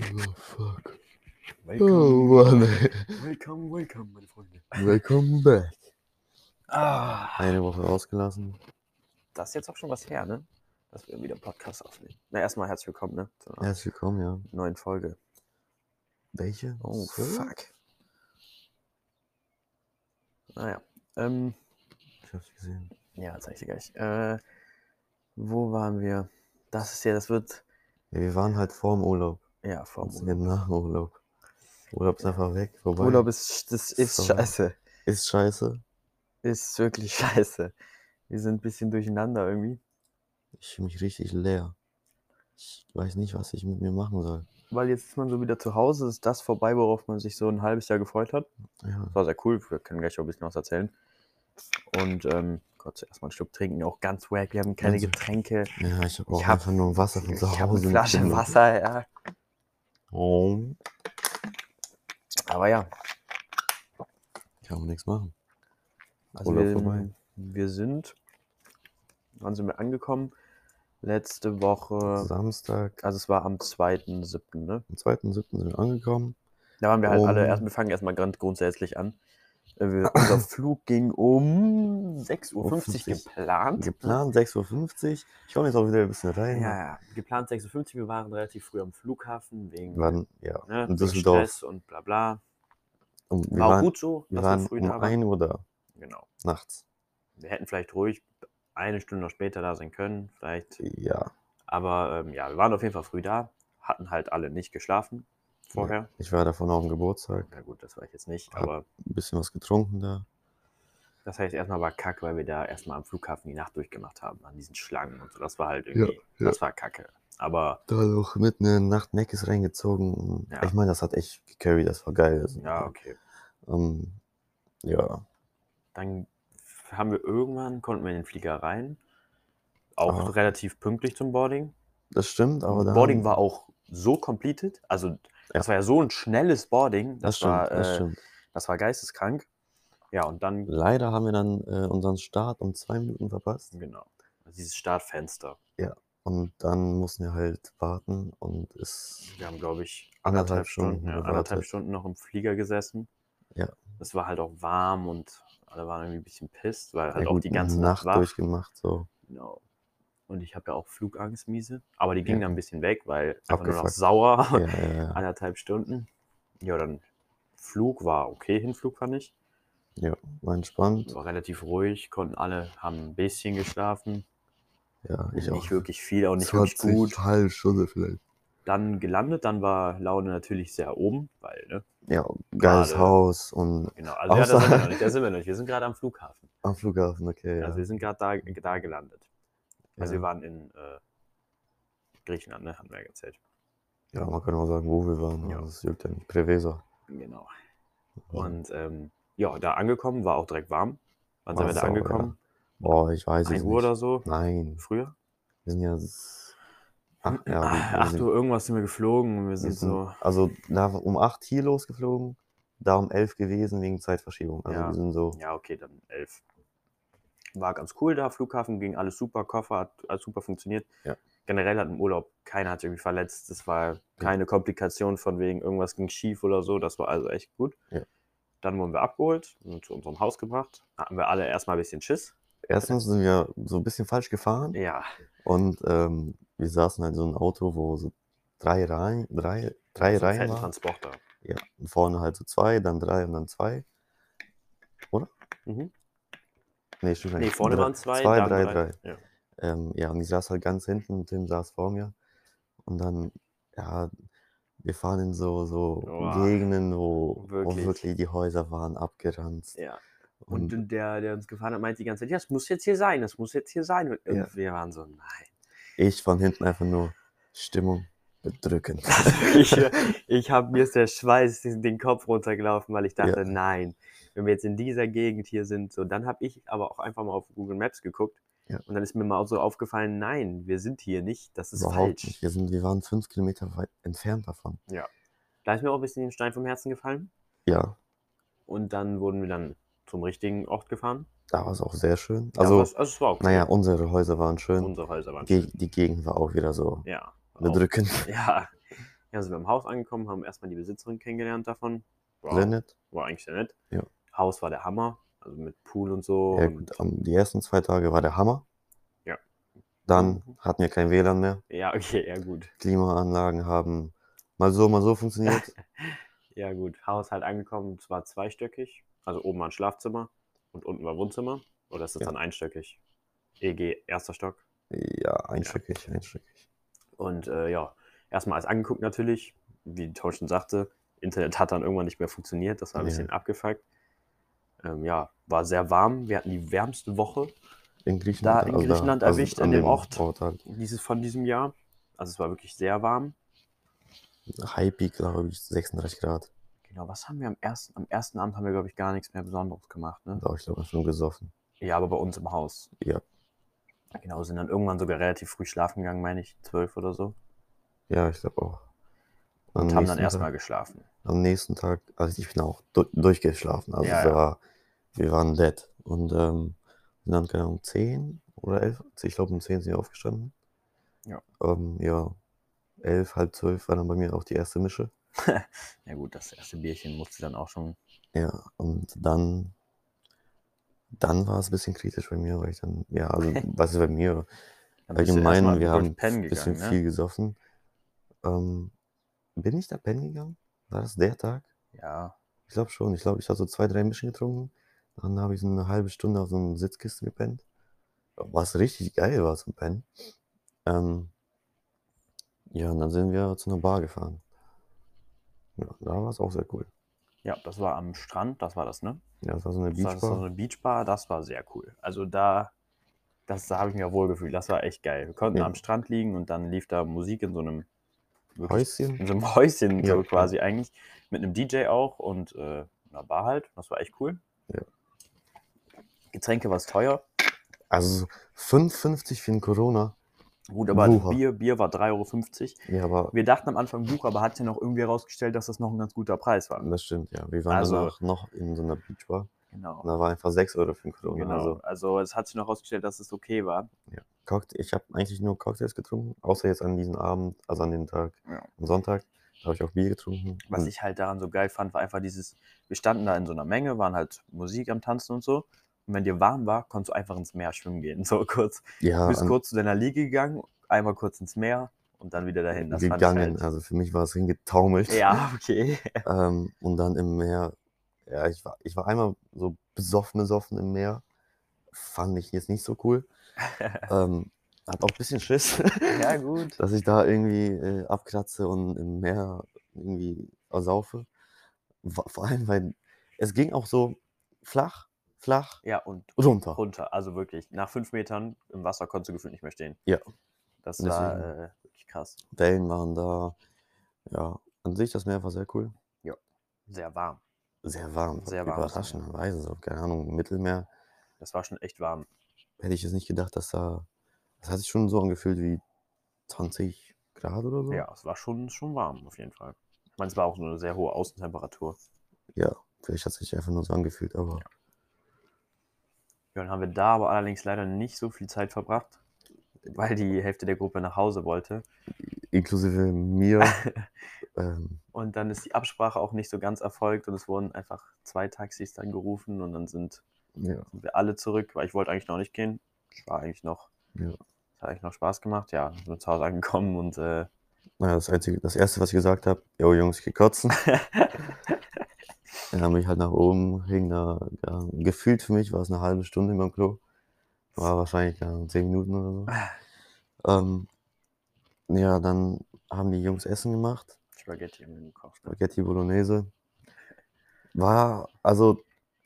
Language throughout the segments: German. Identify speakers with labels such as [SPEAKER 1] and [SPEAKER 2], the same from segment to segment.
[SPEAKER 1] Oh, fuck.
[SPEAKER 2] Welcome,
[SPEAKER 1] Mann.
[SPEAKER 2] welcome, welcome, meine Freunde.
[SPEAKER 1] Welcome back.
[SPEAKER 2] Ah,
[SPEAKER 1] Eine Woche ausgelassen.
[SPEAKER 2] das ist jetzt auch schon was her, ne? Dass wir wieder einen Podcast aufnehmen. Na, erstmal herzlich willkommen, ne? Zur
[SPEAKER 1] Herzlich willkommen, ja.
[SPEAKER 2] neuen Folge.
[SPEAKER 1] Welche?
[SPEAKER 2] Oh,
[SPEAKER 1] So?
[SPEAKER 2] fuck. Naja, ähm,
[SPEAKER 1] Ich hab's gesehen.
[SPEAKER 2] ja, zeig ich dir gleich. Äh, wo waren wir? Das ist ja, das wird,
[SPEAKER 1] Ja, wir waren halt vor dem Urlaub.
[SPEAKER 2] ja, vor
[SPEAKER 1] Was
[SPEAKER 2] dem
[SPEAKER 1] ist denn nach dem Urlaub? Urlaub ist einfach weg. Vorbei.
[SPEAKER 2] Urlaub. Urlaub ist, das ist
[SPEAKER 1] Sorry.
[SPEAKER 2] scheiße.
[SPEAKER 1] ist scheiße.
[SPEAKER 2] Ist wirklich scheiße. Wir sind ein bisschen durcheinander irgendwie.
[SPEAKER 1] Ich fühle mich richtig leer. Ich weiß nicht, was ich mit mir machen soll.
[SPEAKER 2] Weil jetzt ist man so wieder zu Hause, ist das vorbei, worauf man sich so ein halbes Jahr gefreut hat.
[SPEAKER 1] Ja.
[SPEAKER 2] Das war sehr cool, wir können gleich auch ein bisschen was erzählen. Und ähm, Gott, zuerst mal einen Schluck trinken, auch ganz wack, wir haben keine
[SPEAKER 1] Also,
[SPEAKER 2] Getränke.
[SPEAKER 1] Ja, ich habe auch
[SPEAKER 2] Ich hab-
[SPEAKER 1] einfach nur ein Wasser von
[SPEAKER 2] Ich
[SPEAKER 1] zu Hause.
[SPEAKER 2] habe eine Flasche
[SPEAKER 1] mitgenommen.
[SPEAKER 2] Wasser, ja.
[SPEAKER 1] Oh,
[SPEAKER 2] Aber ja,
[SPEAKER 1] kann man nichts machen.
[SPEAKER 2] also
[SPEAKER 1] Urlaub
[SPEAKER 2] wir,
[SPEAKER 1] vorbei.
[SPEAKER 2] wir sind, wann sind wir angekommen? Letzte Woche,
[SPEAKER 1] Samstag,
[SPEAKER 2] also es war am 2.7., ne?
[SPEAKER 1] am 2.7. sind wir angekommen.
[SPEAKER 2] Da waren wir halt alle,
[SPEAKER 1] Um-
[SPEAKER 2] erst, wir fangen erstmal ganz grundsätzlich an. Äh, Wir, unser Flug ging um 6.50 Uhr
[SPEAKER 1] 50.
[SPEAKER 2] geplant.
[SPEAKER 1] Geplant 6.50 Uhr. Ich komme jetzt auch wieder ein bisschen rein.
[SPEAKER 2] Ja, ja. Geplant 6.50 Uhr, wir waren relativ früh am Flughafen wegen
[SPEAKER 1] Wann? Ja,
[SPEAKER 2] ne,
[SPEAKER 1] in
[SPEAKER 2] wegen
[SPEAKER 1] Düsseldorf.
[SPEAKER 2] Stress und bla bla.
[SPEAKER 1] Und wir
[SPEAKER 2] War auch
[SPEAKER 1] waren,
[SPEAKER 2] gut so,
[SPEAKER 1] wir
[SPEAKER 2] dass wir
[SPEAKER 1] waren
[SPEAKER 2] früh
[SPEAKER 1] um
[SPEAKER 2] da waren.
[SPEAKER 1] 1 Uhr da,
[SPEAKER 2] Genau.
[SPEAKER 1] nachts.
[SPEAKER 2] Wir hätten vielleicht ruhig eine Stunde noch später da sein können, vielleicht.
[SPEAKER 1] Ja,
[SPEAKER 2] Aber ähm, ja, wir waren auf jeden Fall früh da, hatten halt alle nicht geschlafen vorher.
[SPEAKER 1] ich war davon auf dem Geburtstag,
[SPEAKER 2] Na gut, das war ich jetzt nicht,
[SPEAKER 1] Ja.
[SPEAKER 2] aber
[SPEAKER 1] ein bisschen was getrunken da.
[SPEAKER 2] das heißt erstmal war kacke, weil wir da erstmal am Flughafen die Nacht durchgemacht haben, an diesen Schlangen und so. Das war halt irgendwie,
[SPEAKER 1] ja.
[SPEAKER 2] das war kacke. Aber
[SPEAKER 1] Da noch mitten in der Nacht Meckes reingezogen. Und
[SPEAKER 2] Ja.
[SPEAKER 1] Ich meine, das hat echt gecarried, das war geil. Also,
[SPEAKER 2] ja, okay.
[SPEAKER 1] ähm, ja,
[SPEAKER 2] dann haben wir irgendwann, konnten wir in den Flieger rein. Auch
[SPEAKER 1] Ah.
[SPEAKER 2] relativ pünktlich zum Boarding.
[SPEAKER 1] das stimmt, aber da.
[SPEAKER 2] Boarding war auch so completed. Also, das war ja so ein schnelles Boarding.
[SPEAKER 1] Das
[SPEAKER 2] Das,
[SPEAKER 1] stimmt,
[SPEAKER 2] war,
[SPEAKER 1] das
[SPEAKER 2] äh,
[SPEAKER 1] stimmt.
[SPEAKER 2] das war geisteskrank. Ja, und dann,
[SPEAKER 1] Leider haben wir dann äh, unseren Start um zwei Minuten verpasst.
[SPEAKER 2] genau, dieses Startfenster.
[SPEAKER 1] Und dann mussten wir halt warten und es.
[SPEAKER 2] Wir haben, glaube ich,
[SPEAKER 1] Anderthalb
[SPEAKER 2] anderthalb Stunden,
[SPEAKER 1] Stunden
[SPEAKER 2] ja,
[SPEAKER 1] gewartet.
[SPEAKER 2] anderthalb Stunden noch im Flieger gesessen.
[SPEAKER 1] Ja.
[SPEAKER 2] Es war halt auch warm und alle waren irgendwie ein bisschen pisst, weil halt
[SPEAKER 1] ja
[SPEAKER 2] auch
[SPEAKER 1] gut,
[SPEAKER 2] die ganze
[SPEAKER 1] Nacht
[SPEAKER 2] Nacht, wach.
[SPEAKER 1] durchgemacht, so.
[SPEAKER 2] Genau. Und ich habe ja auch Flugangst, miese. Aber die ging
[SPEAKER 1] Ja.
[SPEAKER 2] dann ein bisschen weg, weil einfach nur noch
[SPEAKER 1] Abgefuckt.
[SPEAKER 2] sauer.
[SPEAKER 1] Ja, ja, ja.
[SPEAKER 2] Anderthalb Stunden. Ja, dann Flug war okay, Hinflug fand ich.
[SPEAKER 1] Ja, war entspannt.
[SPEAKER 2] War relativ ruhig, konnten alle, haben ein bisschen geschlafen.
[SPEAKER 1] Ja, ich auch.
[SPEAKER 2] nicht wirklich viel, auch nicht wirklich gut.
[SPEAKER 1] halbe Stunde vielleicht.
[SPEAKER 2] Dann gelandet, dann war Laune natürlich sehr oben, weil, ne?
[SPEAKER 1] Ja, geiles
[SPEAKER 2] Gerade.
[SPEAKER 1] Haus und
[SPEAKER 2] Genau, also ja, da sind wir
[SPEAKER 1] Außer-
[SPEAKER 2] noch nicht, da sind wir noch nicht. Wir sind gerade am Flughafen.
[SPEAKER 1] am Flughafen, okay. Ja.
[SPEAKER 2] Also wir sind gerade da, da gelandet. Also
[SPEAKER 1] ja.
[SPEAKER 2] wir waren in äh, Griechenland, ne? Hatten wir ja erzählt.
[SPEAKER 1] ja, man kann auch sagen, wo wir waren.
[SPEAKER 2] Ja.
[SPEAKER 1] Ja. Das juckt ja nicht. Prevesa.
[SPEAKER 2] Genau. Und ähm, ja, da angekommen, war auch direkt warm. Wann sind
[SPEAKER 1] War
[SPEAKER 2] wir da
[SPEAKER 1] sauber,
[SPEAKER 2] angekommen?
[SPEAKER 1] Boah, ich weiß
[SPEAKER 2] 1
[SPEAKER 1] es
[SPEAKER 2] Uhr
[SPEAKER 1] nicht.
[SPEAKER 2] oder so?
[SPEAKER 1] Nein,
[SPEAKER 2] Früher?
[SPEAKER 1] wir sind ja. s- Ach, ja, wir- wir
[SPEAKER 2] 8
[SPEAKER 1] sind-
[SPEAKER 2] Ah, Uhr irgendwas sind wir geflogen und wir sind
[SPEAKER 1] Wir sind,
[SPEAKER 2] so.
[SPEAKER 1] Also da war um 8 hier losgeflogen, da um 11 gewesen wegen Zeitverschiebung. Also
[SPEAKER 2] Ja.
[SPEAKER 1] wir sind so,
[SPEAKER 2] Ja, okay, dann 11. War ganz cool da, Flughafen ging alles super, Koffer hat alles super funktioniert.
[SPEAKER 1] Ja.
[SPEAKER 2] Generell hat im Urlaub keiner hat sich irgendwie verletzt. Es war keine Komplikation von wegen irgendwas ging schief oder so. Das war also echt gut.
[SPEAKER 1] Ja.
[SPEAKER 2] Dann wurden wir abgeholt und zu unserem Haus gebracht. Hatten wir alle erstmal ein bisschen Schiss.
[SPEAKER 1] erstens sind wir so ein bisschen falsch gefahren
[SPEAKER 2] Ja,
[SPEAKER 1] und ähm, wir saßen halt so in einem Auto, wo so drei Reihen, drei, drei
[SPEAKER 2] so einen
[SPEAKER 1] Reihen
[SPEAKER 2] fetten
[SPEAKER 1] waren.
[SPEAKER 2] Transporter.
[SPEAKER 1] Ja, und vorne halt so zwei, dann drei und dann zwei.
[SPEAKER 2] Mhm.
[SPEAKER 1] Nee, stimmt gar
[SPEAKER 2] Nee,
[SPEAKER 1] nicht.
[SPEAKER 2] vorne
[SPEAKER 1] Drei-
[SPEAKER 2] waren zwei.
[SPEAKER 1] Zwei,
[SPEAKER 2] dann
[SPEAKER 1] drei, drei.
[SPEAKER 2] Ja.
[SPEAKER 1] Ähm, ja, und ich saß halt ganz hinten und Tim saß vor mir. Und dann, ja, wir fahren in so, so
[SPEAKER 2] Boah.
[SPEAKER 1] Gegenden, wo wirklich.
[SPEAKER 2] Wirklich.
[SPEAKER 1] wo wirklich die Häuser waren abgeranzt.
[SPEAKER 2] ja. Und, der, der uns gefahren hat, meinte die ganze Zeit, ja, das muss jetzt hier sein, das muss jetzt hier sein. Und
[SPEAKER 1] Ja.
[SPEAKER 2] wir waren so, nein.
[SPEAKER 1] Ich von hinten einfach nur Stimmung bedrückend.
[SPEAKER 2] ich ich habe mir ist der Schweiß den den Kopf runtergelaufen, weil ich dachte, nein, wenn wir jetzt in dieser Gegend hier sind, so, dann habe ich aber auch einfach mal auf Google Maps geguckt.
[SPEAKER 1] Ja.
[SPEAKER 2] Und dann ist mir mal so aufgefallen, nein, wir sind hier nicht, das ist
[SPEAKER 1] Überhaupt
[SPEAKER 2] falsch.
[SPEAKER 1] nicht. Wir, sind, wir waren fünf Kilometer weit entfernt davon.
[SPEAKER 2] Da ist mir auch ein bisschen den Stein vom Herzen gefallen.
[SPEAKER 1] Ja,
[SPEAKER 2] Und dann wurden wir dann zum richtigen Ort gefahren.
[SPEAKER 1] da war es auch sehr schön.
[SPEAKER 2] ja, aber
[SPEAKER 1] Also,
[SPEAKER 2] es, also es war okay.
[SPEAKER 1] naja, ähm, unsere Häuser waren schön.
[SPEAKER 2] unsere Häuser waren
[SPEAKER 1] Ge
[SPEAKER 2] schön.
[SPEAKER 1] die Gegend war auch wieder so
[SPEAKER 2] Ja. war auch-
[SPEAKER 1] bedrückend.
[SPEAKER 2] Ja, Ja, sind wir im Haus angekommen, haben erstmal die Besitzerin kennengelernt davon. Wow.
[SPEAKER 1] Sehr nett.
[SPEAKER 2] War eigentlich sehr nett.
[SPEAKER 1] Ja.
[SPEAKER 2] Haus war der Hammer, also mit Pool und so.
[SPEAKER 1] Ja,
[SPEAKER 2] und,
[SPEAKER 1] gut, am- die ersten zwei Tage war der Hammer.
[SPEAKER 2] Ja.
[SPEAKER 1] Dann hatten wir kein WLAN mehr.
[SPEAKER 2] ja okay, ja gut.
[SPEAKER 1] Klimaanlagen haben mal so, mal so funktioniert.
[SPEAKER 2] Ja gut, Haus halt angekommen, es war zweistöckig. Also oben war ein Schlafzimmer und unten war Wohnzimmer. Oder ist das
[SPEAKER 1] Ja.
[SPEAKER 2] dann einstöckig? EG, erster Stock.
[SPEAKER 1] ja, einstöckig, einstöckig.
[SPEAKER 2] Und äh, ja, erstmal alles angeguckt natürlich. Wie Tom schon sagte, Internet hat dann irgendwann nicht mehr funktioniert. Das war ein
[SPEAKER 1] Ja.
[SPEAKER 2] bisschen abgefuckt. Ähm, ja, war sehr warm. Wir hatten die wärmste Woche
[SPEAKER 1] In Griechenland. also
[SPEAKER 2] Da in Griechenland erwischt,
[SPEAKER 1] an
[SPEAKER 2] in dem Ort.
[SPEAKER 1] halt.
[SPEAKER 2] dieses, von diesem Jahr. Also es war wirklich sehr warm.
[SPEAKER 1] High Peak, glaube ich, 36 Grad.
[SPEAKER 2] Genau, was haben wir am ersten, am ersten Abend haben wir, glaube ich, gar nichts mehr Besonderes gemacht. Ne?
[SPEAKER 1] Da habe ich, glaube ich, schon gesoffen.
[SPEAKER 2] Ja, aber bei uns im Haus.
[SPEAKER 1] Ja.
[SPEAKER 2] Genau, sind dann irgendwann sogar relativ früh schlafen gegangen, meine ich, zwölf oder so.
[SPEAKER 1] Ja, ich glaube auch. Am
[SPEAKER 2] Und haben dann
[SPEAKER 1] nächsten
[SPEAKER 2] erstmal
[SPEAKER 1] Tag,
[SPEAKER 2] geschlafen.
[SPEAKER 1] am nächsten Tag, also ich bin auch du durchgeschlafen. Also
[SPEAKER 2] Ja,
[SPEAKER 1] es
[SPEAKER 2] ja.
[SPEAKER 1] war, wir waren dead. Und ähm, sind dann, keine Ahnung, 10 oder 11, ich glaube um 10 sind wir aufgestanden.
[SPEAKER 2] Ja.
[SPEAKER 1] Ähm, ja, 11, halb 12 war dann bei mir auch die erste Mische.
[SPEAKER 2] Ja gut, das erste Bierchen musste dann auch schon.
[SPEAKER 1] Ja, und dann, dann war es ein bisschen kritisch bei mir, weil ich dann, ja, also was ist bei mir?
[SPEAKER 2] Dann bist du erstmal
[SPEAKER 1] Allgemein, wir
[SPEAKER 2] durch
[SPEAKER 1] haben
[SPEAKER 2] Pennen
[SPEAKER 1] ein bisschen
[SPEAKER 2] gegangen, ne?
[SPEAKER 1] viel gesoffen. Ähm, bin ich da pennen gegangen? War das der Tag?
[SPEAKER 2] Ne? Ja.
[SPEAKER 1] Ich glaube schon. Ich glaube, ich habe so zwei, drei Mischen getrunken. Dann habe ich so eine halbe Stunde auf so einem Sitzkissen gepennt. Was richtig geil war zum Pennen. Ähm, ja, und dann sind wir zu einer Bar gefahren. Ja, da war es auch sehr cool.
[SPEAKER 2] Ja, das war am Strand, das war das, ne?
[SPEAKER 1] Ja, das war so eine
[SPEAKER 2] Das war so
[SPEAKER 1] Beachbar.
[SPEAKER 2] eine Beachbar, das war sehr cool. Also da, das da habe ich mir wohl gefühlt, das war echt geil. Wir konnten
[SPEAKER 1] Ja.
[SPEAKER 2] am Strand liegen und dann lief da Musik in so einem wirklich in
[SPEAKER 1] Häuschen.
[SPEAKER 2] so einem Häuschen so
[SPEAKER 1] Ja.
[SPEAKER 2] quasi eigentlich. Mit einem DJ auch und äh, einer Bar halt. Das war echt cool.
[SPEAKER 1] Ja.
[SPEAKER 2] Getränke war es teuer.
[SPEAKER 1] Also so 5,50 für ein Corona.
[SPEAKER 2] Gut, aber
[SPEAKER 1] Bucher.
[SPEAKER 2] Bier, Bier war 3,50 Euro.
[SPEAKER 1] Ja, aber
[SPEAKER 2] Wir dachten am Anfang Buch, aber hat sich noch irgendwie herausgestellt, dass das noch ein ganz guter Preis war.
[SPEAKER 1] das stimmt, ja. Wir waren
[SPEAKER 2] Also-
[SPEAKER 1] danach noch in so einer Beachbar. Und
[SPEAKER 2] Genau.
[SPEAKER 1] da war einfach 6 Euro für ein Corona.
[SPEAKER 2] genau.
[SPEAKER 1] Also
[SPEAKER 2] Also, es hat sich noch herausgestellt, dass es okay war.
[SPEAKER 1] Cocktail, ich habe eigentlich nur Cocktails getrunken, außer jetzt an diesem Abend, also an dem Tag,
[SPEAKER 2] Ja.
[SPEAKER 1] am Sonntag, da habe ich auch Bier getrunken.
[SPEAKER 2] Was
[SPEAKER 1] Und
[SPEAKER 2] ich halt daran so geil fand, war einfach dieses, wir standen da in so einer Menge, waren halt Musik am Tanzen und so. Und wenn dir warm war, konntest du einfach ins Meer schwimmen gehen. So kurz.
[SPEAKER 1] ja,
[SPEAKER 2] Du bist
[SPEAKER 1] an-
[SPEAKER 2] kurz zu deiner Liege gegangen, einmal kurz ins Meer und dann wieder dahin. Das
[SPEAKER 1] gegangen,
[SPEAKER 2] fand ich halt.
[SPEAKER 1] also für mich war es hingetaumelt.
[SPEAKER 2] Ja, okay.
[SPEAKER 1] Ähm, und dann im Meer, ja, ich war, ich war einmal so besoffen, besoffen im Meer. Fand ich jetzt nicht so cool. ähm, hat auch ein bisschen Schiss,
[SPEAKER 2] ja, gut.
[SPEAKER 1] dass ich da irgendwie äh, abkratze und im Meer irgendwie saufe. Wa- Vor allem, weil es ging auch so flach, flach,
[SPEAKER 2] Ja, und
[SPEAKER 1] runter.
[SPEAKER 2] runter. Also wirklich, nach fünf Metern im Wasser konntest du gefühlt nicht mehr stehen.
[SPEAKER 1] Ja.
[SPEAKER 2] Das
[SPEAKER 1] Deswegen.
[SPEAKER 2] war äh, wirklich krass.
[SPEAKER 1] Wellen waren da. Ja, an sich das Meer war sehr cool.
[SPEAKER 2] Sehr warm.
[SPEAKER 1] Sehr warm.
[SPEAKER 2] Sehr warm,
[SPEAKER 1] Überraschenderweise. So, keine Ahnung, Mittelmeer
[SPEAKER 2] Das war schon echt warm.
[SPEAKER 1] hätte ich jetzt nicht gedacht, dass da. Das hat sich schon so angefühlt wie 20 Grad oder so.
[SPEAKER 2] Ja, es war schon, schon warm auf jeden Fall. Ich meine, es war auch so eine sehr hohe Außentemperatur.
[SPEAKER 1] Ja, vielleicht hat es sich einfach nur so angefühlt, aber
[SPEAKER 2] Ja, dann haben wir da aber allerdings leider nicht so viel Zeit verbracht, weil die Hälfte der Gruppe nach Hause wollte.
[SPEAKER 1] inklusive mir. ähm,
[SPEAKER 2] Und dann ist die Absprache auch nicht so ganz erfolgt und es wurden einfach zwei Taxis dann gerufen und dann sind,
[SPEAKER 1] ja,
[SPEAKER 2] sind wir alle zurück, weil ich wollte eigentlich noch nicht gehen. Ich war eigentlich noch,
[SPEAKER 1] Ja.
[SPEAKER 2] es hat eigentlich noch Spaß gemacht. Ja, sind wir zu Hause angekommen und äh,
[SPEAKER 1] naja, das, Einzige, das Erste, was ich gesagt habe, yo Jungs, ich geh kotzen. Dann habe ich halt nach oben hing da, ja, gefühlt für mich war es eine halbe Stunde beim Klo. War wahrscheinlich keine Ahnung, zehn Minuten oder so. Ähm, ja, dann haben die Jungs Essen gemacht.
[SPEAKER 2] Spaghetti haben wir gekocht. ne?
[SPEAKER 1] Spaghetti Bolognese. War, also,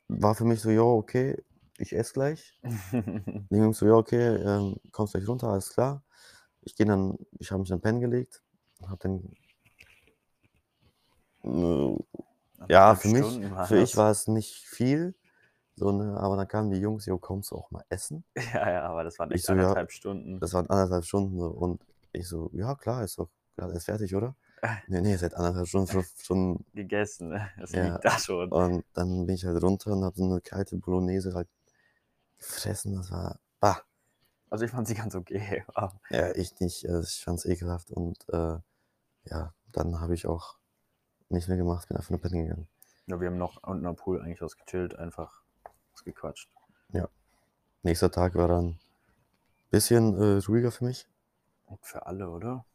[SPEAKER 1] war für mich so, ja, okay, ich esse gleich.
[SPEAKER 2] ne?
[SPEAKER 1] Die Jungs so, ja, okay, ähm, kommst gleich runter, alles klar. Ich gehe dann, ich habe mich dann pennen gelegt, habe dann. Äh, Ja, für mich-
[SPEAKER 2] Stunden waren
[SPEAKER 1] für ich
[SPEAKER 2] das.
[SPEAKER 1] war es nicht viel, so, ne, aber dann kamen die Jungs, jo, kommst du auch mal essen?
[SPEAKER 2] Ja, ja, aber das waren
[SPEAKER 1] Ich
[SPEAKER 2] echt
[SPEAKER 1] so, ja.
[SPEAKER 2] anderthalb Stunden.
[SPEAKER 1] Das waren anderthalb Stunden so, und ich so, ja klar, ist doch gerade erst fertig, oder? Nee, nee, seit anderthalb Stunden, fünf Stunden.
[SPEAKER 2] Gegessen, ne? das
[SPEAKER 1] Ja.
[SPEAKER 2] liegt da schon.
[SPEAKER 1] Und dann bin ich halt runter und habe so eine kalte Bolognese halt gefressen. Das war, bah,
[SPEAKER 2] Also ich fand sie ganz okay.
[SPEAKER 1] ja, ich nicht, also ich fand's ekelhaft und äh, ja, dann habe ich auch nichts mehr gemacht, bin einfach nur pennen gegangen.
[SPEAKER 2] Ja, wir haben noch unten am Pool eigentlich was gechillt, einfach was gequatscht.
[SPEAKER 1] Nächster Tag war dann ein bisschen äh, ruhiger für mich.
[SPEAKER 2] Und für alle, oder?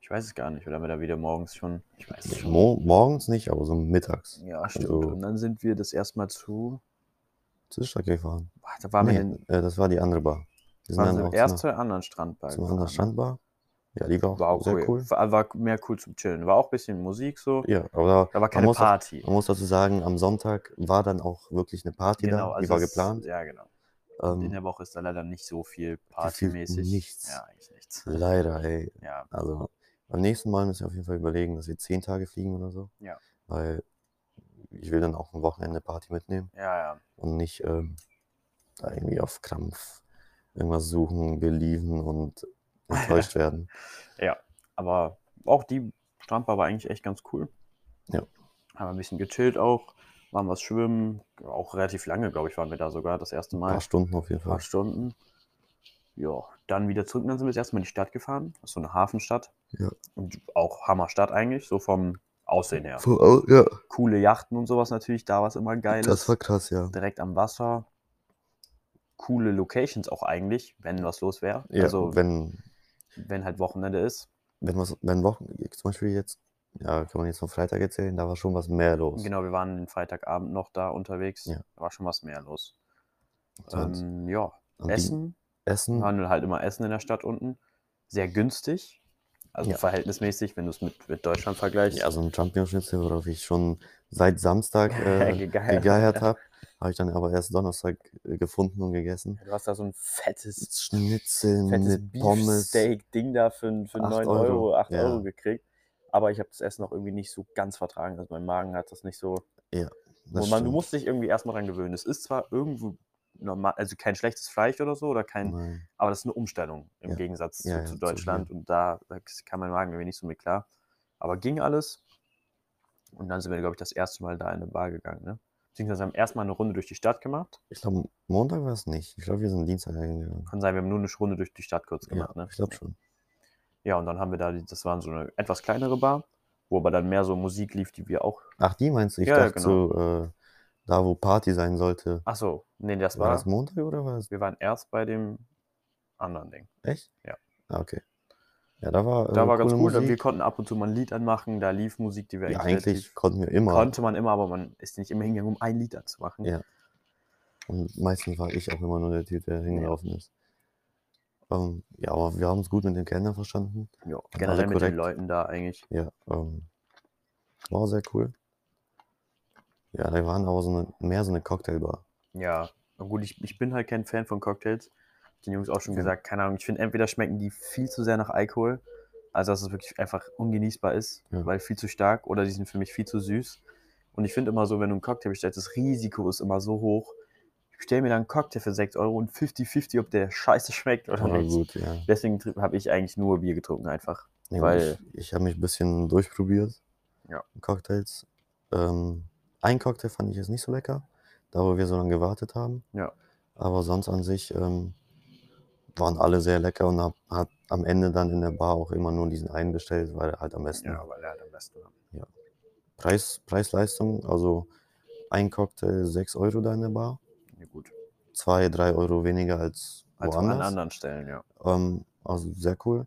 [SPEAKER 2] Ich weiß es gar nicht, oder haben wir da wieder morgens schon? Ich weiß es schon.
[SPEAKER 1] Mo morgens nicht, aber so mittags.
[SPEAKER 2] Ja, stimmt.
[SPEAKER 1] Also-
[SPEAKER 2] Und dann sind wir das erstmal zu.
[SPEAKER 1] Zur Stadt gefahren.
[SPEAKER 2] Boah, da waren wir
[SPEAKER 1] nee,
[SPEAKER 2] denn.
[SPEAKER 1] äh, das war die andere Bar. Wir sind
[SPEAKER 2] Waren
[SPEAKER 1] dann
[SPEAKER 2] wir
[SPEAKER 1] auch
[SPEAKER 2] erst
[SPEAKER 1] zu
[SPEAKER 2] zur anderen Strandbar.
[SPEAKER 1] einer, zu einer
[SPEAKER 2] gefahren, ne?
[SPEAKER 1] anderen Strandbar. Ja, die war auch,
[SPEAKER 2] War auch
[SPEAKER 1] sehr
[SPEAKER 2] cool.
[SPEAKER 1] cool.
[SPEAKER 2] War, war mehr cool zum Chillen. War auch ein bisschen Musik so.
[SPEAKER 1] Ja, aber
[SPEAKER 2] Da war keine
[SPEAKER 1] muss auch-
[SPEAKER 2] Party.
[SPEAKER 1] man muss dazu sagen, am Sonntag war dann auch wirklich eine Party da, die war
[SPEAKER 2] Genau, also es-
[SPEAKER 1] geplant.
[SPEAKER 2] Ja, genau. In
[SPEAKER 1] Ähm,
[SPEAKER 2] der Woche ist da leider nicht so viel
[SPEAKER 1] Gefühlt
[SPEAKER 2] partymäßig.
[SPEAKER 1] nichts.
[SPEAKER 2] Ja, eigentlich nichts.
[SPEAKER 1] leider, ey.
[SPEAKER 2] Ja,
[SPEAKER 1] Also beim nächsten Mal müssen wir auf jeden Fall überlegen, dass wir zehn Tage fliegen oder so.
[SPEAKER 2] Ja.
[SPEAKER 1] Weil ich will dann auch ein Wochenende Party mitnehmen
[SPEAKER 2] ja, ja.
[SPEAKER 1] und nicht ähm, da irgendwie auf Krampf irgendwas suchen, belieben und enttäuscht werden.
[SPEAKER 2] Aber auch die Strandbar war eigentlich echt ganz cool.
[SPEAKER 1] Ja.
[SPEAKER 2] Haben ein bisschen gechillt auch. Waren was schwimmen. Auch relativ lange, glaube ich, waren wir da sogar das erste
[SPEAKER 1] Ein
[SPEAKER 2] Mal.
[SPEAKER 1] paar Stunden auf jeden
[SPEAKER 2] Ein paar
[SPEAKER 1] Fall.
[SPEAKER 2] Stunden. Ja, dann wieder zurück. Dann sind wir das erste Mal in die Stadt gefahren. Das ist so eine Hafenstadt.
[SPEAKER 1] Ja.
[SPEAKER 2] Und auch Hammerstadt eigentlich, so vom Aussehen her.
[SPEAKER 1] Voll au- ja,
[SPEAKER 2] Coole Yachten und sowas natürlich, da war es immer geil.
[SPEAKER 1] das war krass, ja.
[SPEAKER 2] Direkt am Wasser. Coole Locations auch eigentlich, wenn was los wäre.
[SPEAKER 1] ja
[SPEAKER 2] also, wenn,
[SPEAKER 1] wenn,
[SPEAKER 2] halt Wochenende ist.
[SPEAKER 1] wenn, was, wenn Wochen, zum Beispiel jetzt, ja, kann man jetzt vom Freitag erzählen, da war schon was mehr los.
[SPEAKER 2] Genau, wir waren den Freitagabend noch da unterwegs.
[SPEAKER 1] Ja.
[SPEAKER 2] Da war schon was mehr los.
[SPEAKER 1] Sonst
[SPEAKER 2] Ähm, ja,
[SPEAKER 1] am Dien-
[SPEAKER 2] Essen.
[SPEAKER 1] Essen,
[SPEAKER 2] waren dann halt immer Essen in der Stadt unten. Sehr günstig. Also
[SPEAKER 1] Ja.
[SPEAKER 2] verhältnismäßig, wenn du es mit, mit Deutschland vergleichst.
[SPEAKER 1] ja, also, so ein Champion-Schnitzel, worauf ich schon seit Samstag äh,
[SPEAKER 2] Gegeiert.
[SPEAKER 1] gegeiert habe. Habe ich dann aber erst Donnerstag äh, gefunden und gegessen.
[SPEAKER 2] Du hast da so ein fettes,
[SPEAKER 1] Schnitzel
[SPEAKER 2] fettes
[SPEAKER 1] mit Pommes.
[SPEAKER 2] Beefsteak-Ding da für, für
[SPEAKER 1] Acht
[SPEAKER 2] 9
[SPEAKER 1] Euro,
[SPEAKER 2] Euro, acht 8
[SPEAKER 1] ja.
[SPEAKER 2] Euro gekriegt. Aber ich habe das Essen auch irgendwie nicht so ganz vertragen. Also mein Magen hat das nicht so.
[SPEAKER 1] Das
[SPEAKER 2] und man, du
[SPEAKER 1] stimmt.
[SPEAKER 2] musst dich irgendwie erstmal dran gewöhnen. Es ist zwar irgendwo normal, also kein schlechtes Fleisch oder so, oder kein,
[SPEAKER 1] Nein.
[SPEAKER 2] aber das ist eine Umstellung im
[SPEAKER 1] Ja.
[SPEAKER 2] Gegensatz
[SPEAKER 1] Ja,
[SPEAKER 2] zu,
[SPEAKER 1] ja,
[SPEAKER 2] zu
[SPEAKER 1] zu
[SPEAKER 2] Deutschland. und da, da kam mein Magen irgendwie nicht so mit klar. Aber ging alles. Und dann sind wir, glaube ich, das erste Mal da in eine Bar gegangen. Ne? Beziehungsweise haben erstmal eine Runde durch die Stadt gemacht.
[SPEAKER 1] Ich glaube, Montag war es nicht. Ich glaube, wir sind Dienstag hingegangen.
[SPEAKER 2] Kann sein, wir haben nur eine Runde durch die Stadt kurz
[SPEAKER 1] Ja,
[SPEAKER 2] gemacht. ne?
[SPEAKER 1] ich glaube schon.
[SPEAKER 2] Ja, und dann haben wir da, die- das waren so eine etwas kleinere Bar, wo aber dann mehr so Musik lief, die wir auch.
[SPEAKER 1] Ach, die meinst du? Ich
[SPEAKER 2] Ja, ja,
[SPEAKER 1] dachte so, äh, da wo Party sein sollte.
[SPEAKER 2] Achso, nee, das
[SPEAKER 1] war,
[SPEAKER 2] war.
[SPEAKER 1] das Montag oder war das
[SPEAKER 2] wir waren erst bei dem anderen Ding.
[SPEAKER 1] echt?
[SPEAKER 2] Ja.
[SPEAKER 1] Ah, okay. Ja, da war
[SPEAKER 2] Da
[SPEAKER 1] äh,
[SPEAKER 2] war ganz
[SPEAKER 1] coole
[SPEAKER 2] cool, wir
[SPEAKER 1] Musik.
[SPEAKER 2] konnten ab und zu mal ein Lied anmachen, da lief Musik, die wir
[SPEAKER 1] ja,
[SPEAKER 2] relativ-
[SPEAKER 1] eigentlich konnten wir immer.
[SPEAKER 2] Konnte man immer, aber man ist nicht immer hingegangen, um ein Lied anzumachen.
[SPEAKER 1] Ja. Und meistens war ich auch immer nur der Typ, der hingelaufen ist. Ähm, ja, aber wir haben es gut mit den Kellnern verstanden.
[SPEAKER 2] Jo,
[SPEAKER 1] alle
[SPEAKER 2] generell mit den
[SPEAKER 1] genau, korrekt.
[SPEAKER 2] Leuten da eigentlich.
[SPEAKER 1] Ja, ähm, war sehr cool. Ja, da waren aber so eine, mehr so eine Cocktailbar.
[SPEAKER 2] Ja, na gut, ich, ich bin halt kein Fan von Cocktails. Hab Den Jungs auch schon
[SPEAKER 1] Ja.
[SPEAKER 2] gesagt, keine Ahnung. Ich finde, entweder schmecken die viel zu sehr nach Alkohol, also dass es wirklich einfach ungenießbar ist,
[SPEAKER 1] Ja.
[SPEAKER 2] weil viel zu stark, oder die sind für mich viel zu süß. Und ich finde immer so, wenn du einen Cocktail bestellst, das Risiko ist immer so hoch. Ich bestell mir dann einen Cocktail für 6 Euro und 50-50, ob der scheiße schmeckt oder
[SPEAKER 1] Aber
[SPEAKER 2] nicht.
[SPEAKER 1] gut, ja.
[SPEAKER 2] Deswegen habe ich eigentlich nur Bier getrunken einfach.
[SPEAKER 1] Nee,
[SPEAKER 2] Weil-
[SPEAKER 1] ich ich habe mich ein bisschen durchprobiert.
[SPEAKER 2] Ja.
[SPEAKER 1] Cocktails. Ähm, ein Cocktail fand ich jetzt nicht so lecker, da wo wir so lange gewartet haben.
[SPEAKER 2] Ja.
[SPEAKER 1] Aber sonst an sich ähm, waren alle sehr lecker und hab, hat am Ende dann in der Bar auch immer nur diesen einen bestellt, weil er halt am besten war.
[SPEAKER 2] weil er hat am besten.
[SPEAKER 1] Preis, Preis-Leistung, also ein Cocktail 6 Euro da in der Bar,
[SPEAKER 2] Ja, gut.
[SPEAKER 1] 2, 3 Euro weniger als
[SPEAKER 2] Als an
[SPEAKER 1] woanders.
[SPEAKER 2] anderen Stellen, ja.
[SPEAKER 1] ähm, also sehr cool.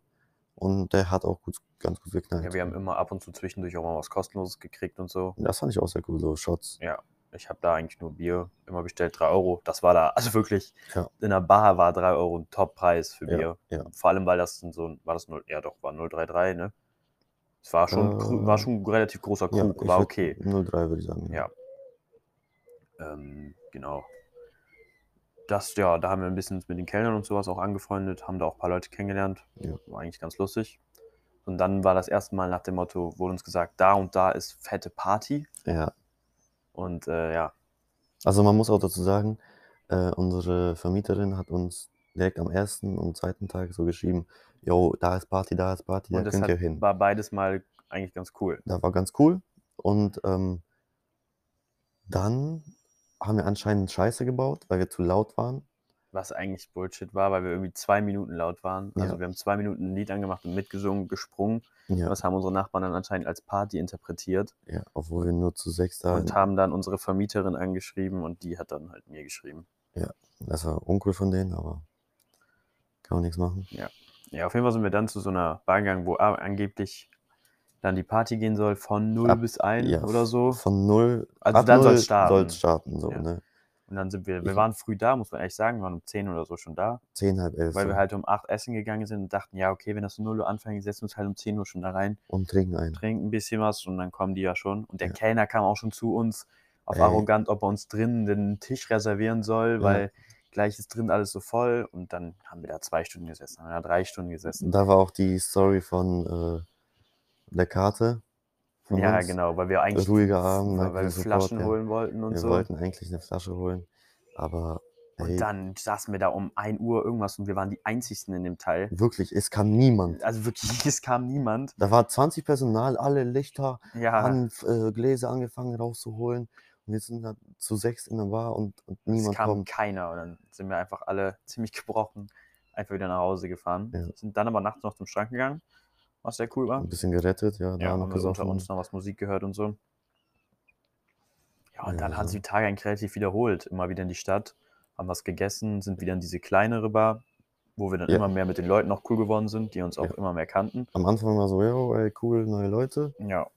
[SPEAKER 1] Und der hat auch gut, ganz gut geknallt.
[SPEAKER 2] Ja, wir haben immer ab und zu zwischendurch auch mal was Kostenloses gekriegt und so.
[SPEAKER 1] das fand ich auch sehr cool, so Shots.
[SPEAKER 2] Ich habe da eigentlich nur Bier immer bestellt, 3 Euro. Das war da, also wirklich,
[SPEAKER 1] Ja.
[SPEAKER 2] in der Bar war 3 Euro ein Top-Preis für
[SPEAKER 1] Ja,
[SPEAKER 2] Bier.
[SPEAKER 1] ja.
[SPEAKER 2] Vor allem, weil das so ein, war das 0, ja doch, war 0,33, ne? Es war schon,
[SPEAKER 1] Äh,
[SPEAKER 2] war schon ein relativ großer
[SPEAKER 1] Ja,
[SPEAKER 2] Krug,
[SPEAKER 1] ich
[SPEAKER 2] war
[SPEAKER 1] würd-
[SPEAKER 2] okay.
[SPEAKER 1] 0,3 würde ich sagen.
[SPEAKER 2] Ja. Ähm, genau. Das, ja, da haben wir ein bisschen uns mit den Kellnern und sowas auch angefreundet, haben da auch ein paar Leute kennengelernt.
[SPEAKER 1] Ja.
[SPEAKER 2] War eigentlich ganz lustig. Und dann war das erste Mal nach dem Motto, wurde uns gesagt, da und da ist fette Party.
[SPEAKER 1] ja.
[SPEAKER 2] Und äh, ja,
[SPEAKER 1] Also man muss auch dazu sagen, äh, unsere Vermieterin hat uns direkt am ersten und zweiten Tag so geschrieben, yo, da ist Party, da ist Party,
[SPEAKER 2] und
[SPEAKER 1] da
[SPEAKER 2] das
[SPEAKER 1] könnt
[SPEAKER 2] hat,
[SPEAKER 1] ihr hin.
[SPEAKER 2] war beides mal eigentlich ganz cool.
[SPEAKER 1] Da war ganz cool. Und ähm, dann haben wir anscheinend Scheiße gebaut, weil wir zu laut waren.
[SPEAKER 2] was eigentlich Bullshit war, weil wir irgendwie zwei Minuten laut waren. Also
[SPEAKER 1] Ja.
[SPEAKER 2] wir haben zwei Minuten ein Lied angemacht und mitgesungen, gesprungen.
[SPEAKER 1] Ja,
[SPEAKER 2] Das haben unsere Nachbarn dann anscheinend als Party interpretiert
[SPEAKER 1] ja, obwohl wir nur zu sechs da
[SPEAKER 2] und haben dann unsere Vermieterin angeschrieben und die hat dann halt mir geschrieben.
[SPEAKER 1] Das war uncool von denen, aber kann man nichts machen.
[SPEAKER 2] Ja, auf jeden Fall sind wir dann zu so einer Bar gegangen, wo a- angeblich dann die Party gehen soll von 0
[SPEAKER 1] Ab-
[SPEAKER 2] bis 1
[SPEAKER 1] ja,
[SPEAKER 2] oder so.
[SPEAKER 1] Von null.
[SPEAKER 2] Also
[SPEAKER 1] ab
[SPEAKER 2] dann
[SPEAKER 1] null
[SPEAKER 2] soll's starten.
[SPEAKER 1] soll's starten so,
[SPEAKER 2] Ja.
[SPEAKER 1] ne?
[SPEAKER 2] Und dann sind wir, wir
[SPEAKER 1] Ich-
[SPEAKER 2] waren früh da, muss man ehrlich sagen, wir waren um 10 oder so schon da,
[SPEAKER 1] Zehn, halb elf.
[SPEAKER 2] weil
[SPEAKER 1] so.
[SPEAKER 2] wir halt um 8 essen gegangen sind und dachten, ja, okay, wenn das um 0 Uhr anfängt, setzen wir uns halt um 10 Uhr schon da rein,
[SPEAKER 1] Und trinken ein.
[SPEAKER 2] trinken ein bisschen was und dann kommen die ja schon. Und der
[SPEAKER 1] Ja.
[SPEAKER 2] Kellner kam auch schon zu uns auf
[SPEAKER 1] Ey.
[SPEAKER 2] arrogant, ob er uns drinnen den Tisch reservieren soll,
[SPEAKER 1] Ja.
[SPEAKER 2] weil gleich ist drin alles so voll. Und dann haben wir da zwei Stunden gesessen, haben wir da drei Stunden gesessen.
[SPEAKER 1] Da war auch die Story von äh, der Karte. von
[SPEAKER 2] ja,
[SPEAKER 1] uns.
[SPEAKER 2] genau, weil wir eigentlich
[SPEAKER 1] Ruhiger Abend,
[SPEAKER 2] weil,
[SPEAKER 1] halt
[SPEAKER 2] weil wir
[SPEAKER 1] und so fort,
[SPEAKER 2] Flaschen
[SPEAKER 1] ja.
[SPEAKER 2] holen wollten und
[SPEAKER 1] Wir
[SPEAKER 2] so.
[SPEAKER 1] wollten eigentlich eine Flasche holen, aber ey,
[SPEAKER 2] Und dann saßen wir da um 1 Uhr irgendwas und wir waren die Einzigsten in dem Teil.
[SPEAKER 1] wirklich, es kam niemand.
[SPEAKER 2] Also wirklich, es kam niemand.
[SPEAKER 1] Da war 20 Personal, alle Lichter
[SPEAKER 2] Ja,
[SPEAKER 1] an, äh, Gläser angefangen rauszuholen. Und wir sind da zu sechs in der Bar und, und
[SPEAKER 2] es
[SPEAKER 1] niemand
[SPEAKER 2] kam
[SPEAKER 1] kommt.
[SPEAKER 2] keiner. Und dann sind wir einfach alle ziemlich gebrochen einfach wieder nach Hause gefahren.
[SPEAKER 1] Ja.
[SPEAKER 2] Sind dann aber nachts noch zum Strand gegangen, was sehr cool war.
[SPEAKER 1] Ein bisschen gerettet, ja. da
[SPEAKER 2] Ja,
[SPEAKER 1] noch ne?
[SPEAKER 2] haben wir unter
[SPEAKER 1] gesoffen.
[SPEAKER 2] uns noch was Musik gehört und so. Ja, und
[SPEAKER 1] Ja,
[SPEAKER 2] dann haben
[SPEAKER 1] so.
[SPEAKER 2] sie die Tage eigentlich relativ wiederholt. Immer wieder in die Stadt, haben was gegessen, sind wieder in diese kleinere Bar, wo wir dann
[SPEAKER 1] Ja.
[SPEAKER 2] immer mehr mit den Leuten auch cool geworden sind, die uns auch
[SPEAKER 1] Ja.
[SPEAKER 2] immer mehr kannten.
[SPEAKER 1] Am Anfang war so, yo, ey, cool, neue Leute.
[SPEAKER 2] Ja,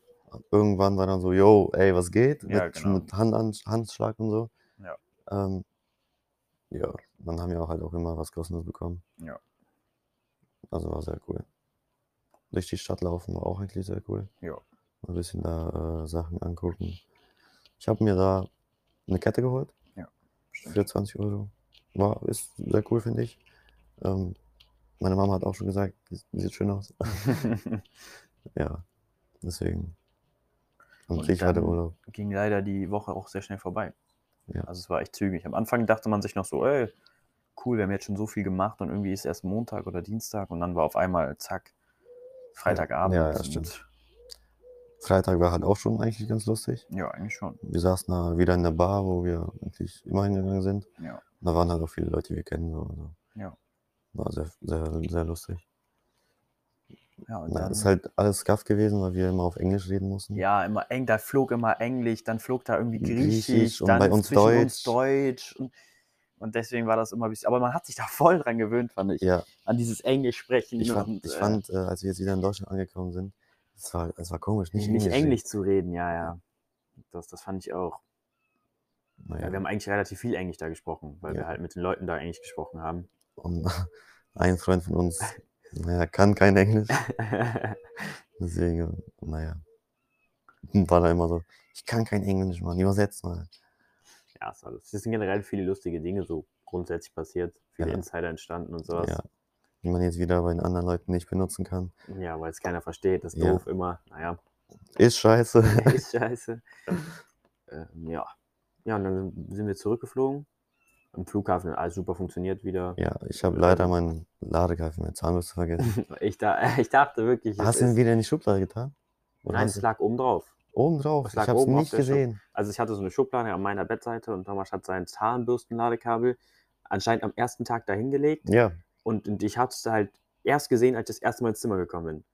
[SPEAKER 1] Irgendwann war dann so, yo, ey, was geht?
[SPEAKER 2] Ja,
[SPEAKER 1] mit,
[SPEAKER 2] genau.
[SPEAKER 1] mit Hand an, Handschlag und so.
[SPEAKER 2] Ja.
[SPEAKER 1] Ähm, ja, dann haben wir auch halt auch immer was kostenlos bekommen.
[SPEAKER 2] Ja.
[SPEAKER 1] Also war sehr cool. Durch die Stadt laufen war auch eigentlich sehr cool.
[SPEAKER 2] Ja.
[SPEAKER 1] Mal Ein bisschen da äh, Sachen angucken. Ich habe mir da eine Kette geholt
[SPEAKER 2] stimmt.
[SPEAKER 1] für 20 Euro. War, ist sehr cool, finde ich. Ähm, meine Mama hat auch schon gesagt, die sieht schön aus. Ja, deswegen. Und,
[SPEAKER 2] Und
[SPEAKER 1] ich hatte
[SPEAKER 2] dann-
[SPEAKER 1] Urlaub.
[SPEAKER 2] ging leider die Woche auch sehr schnell vorbei.
[SPEAKER 1] Ja.
[SPEAKER 2] Also es war echt zügig. Am Anfang dachte man sich noch so, ey, cool, wir haben jetzt schon so viel gemacht und irgendwie ist erst Montag oder Dienstag und dann war auf einmal, zack, Freitagabend.
[SPEAKER 1] Ja, ja,
[SPEAKER 2] und-
[SPEAKER 1] stimmt. Freitag war halt auch schon eigentlich ganz lustig.
[SPEAKER 2] Ja, eigentlich schon.
[SPEAKER 1] Wir saßen da wieder in der Bar, wo wir eigentlich immer hingegangen sind.
[SPEAKER 2] Ja.
[SPEAKER 1] Da waren halt auch viele Leute, die wir kennen. So. und so.
[SPEAKER 2] Ja.
[SPEAKER 1] War sehr, sehr, sehr lustig.
[SPEAKER 2] Ja, und
[SPEAKER 1] Ja,
[SPEAKER 2] dann,
[SPEAKER 1] ist halt alles gaff gewesen, weil wir immer auf Englisch reden mussten.
[SPEAKER 2] ja, immer eng, da flog immer Englisch, dann flog da irgendwie Griechisch,
[SPEAKER 1] Hm, Griechisch und
[SPEAKER 2] dann
[SPEAKER 1] bei uns
[SPEAKER 2] zwischen uns Deutsch. Und, und deswegen war das immer ein bisschen, aber man hat sich da voll dran gewöhnt, fand ich,
[SPEAKER 1] Ja,
[SPEAKER 2] an dieses Englisch sprechen.
[SPEAKER 1] ich
[SPEAKER 2] und,
[SPEAKER 1] fand, ich
[SPEAKER 2] äh,
[SPEAKER 1] fand äh, als wir jetzt wieder in Deutschland angekommen sind, es war, es war komisch, nicht,
[SPEAKER 2] nicht, nicht
[SPEAKER 1] reden.
[SPEAKER 2] Englisch zu reden, ja, ja. Das, das fand ich auch. Ja, wir
[SPEAKER 1] Naja.
[SPEAKER 2] haben eigentlich relativ viel Englisch da gesprochen, weil wir
[SPEAKER 1] Ja.
[SPEAKER 2] halt mit den Leuten da Englisch gesprochen haben.
[SPEAKER 1] Und ein Freund von uns, naja, kann kein Englisch.
[SPEAKER 2] ja,
[SPEAKER 1] Deswegen, naja. War da immer so, ich kann kein Englisch, Mann, übersetzt mal.
[SPEAKER 2] es war- es sind generell viele lustige Dinge so grundsätzlich passiert, viele
[SPEAKER 1] Ja.
[SPEAKER 2] Insider entstanden und sowas.
[SPEAKER 1] Ja. Die man jetzt wieder bei den anderen Leuten nicht benutzen kann.
[SPEAKER 2] Ja, weil es keiner versteht, das ist
[SPEAKER 1] Ja.
[SPEAKER 2] doof immer. Naja,
[SPEAKER 1] Ist scheiße.
[SPEAKER 2] ist scheiße. ähm, ja. ja, und dann sind wir zurückgeflogen. Im Flughafen hat alles super funktioniert wieder.
[SPEAKER 1] Ja, ich habe leider meinen Ladegreifen, meine Zahnbürste vergessen.
[SPEAKER 2] Ich, da, ich dachte wirklich, es
[SPEAKER 1] Hast du ihn
[SPEAKER 2] ist-
[SPEAKER 1] wieder in die Schublade getan? Oder
[SPEAKER 2] nein,
[SPEAKER 1] hast
[SPEAKER 2] es
[SPEAKER 1] du-
[SPEAKER 2] lag oben drauf.
[SPEAKER 1] oben drauf.
[SPEAKER 2] es
[SPEAKER 1] Ich
[SPEAKER 2] lag
[SPEAKER 1] habe es
[SPEAKER 2] oben auf
[SPEAKER 1] nicht
[SPEAKER 2] der Schub-
[SPEAKER 1] gesehen.
[SPEAKER 2] Also ich hatte so eine Schublade an meiner Bettseite und Thomas hat sein Zahnbürstenladekabel anscheinend am ersten Tag dahingelegt
[SPEAKER 1] Ja,
[SPEAKER 2] und, und ich habe es halt erst gesehen, als ich das erste Mal ins Zimmer gekommen bin.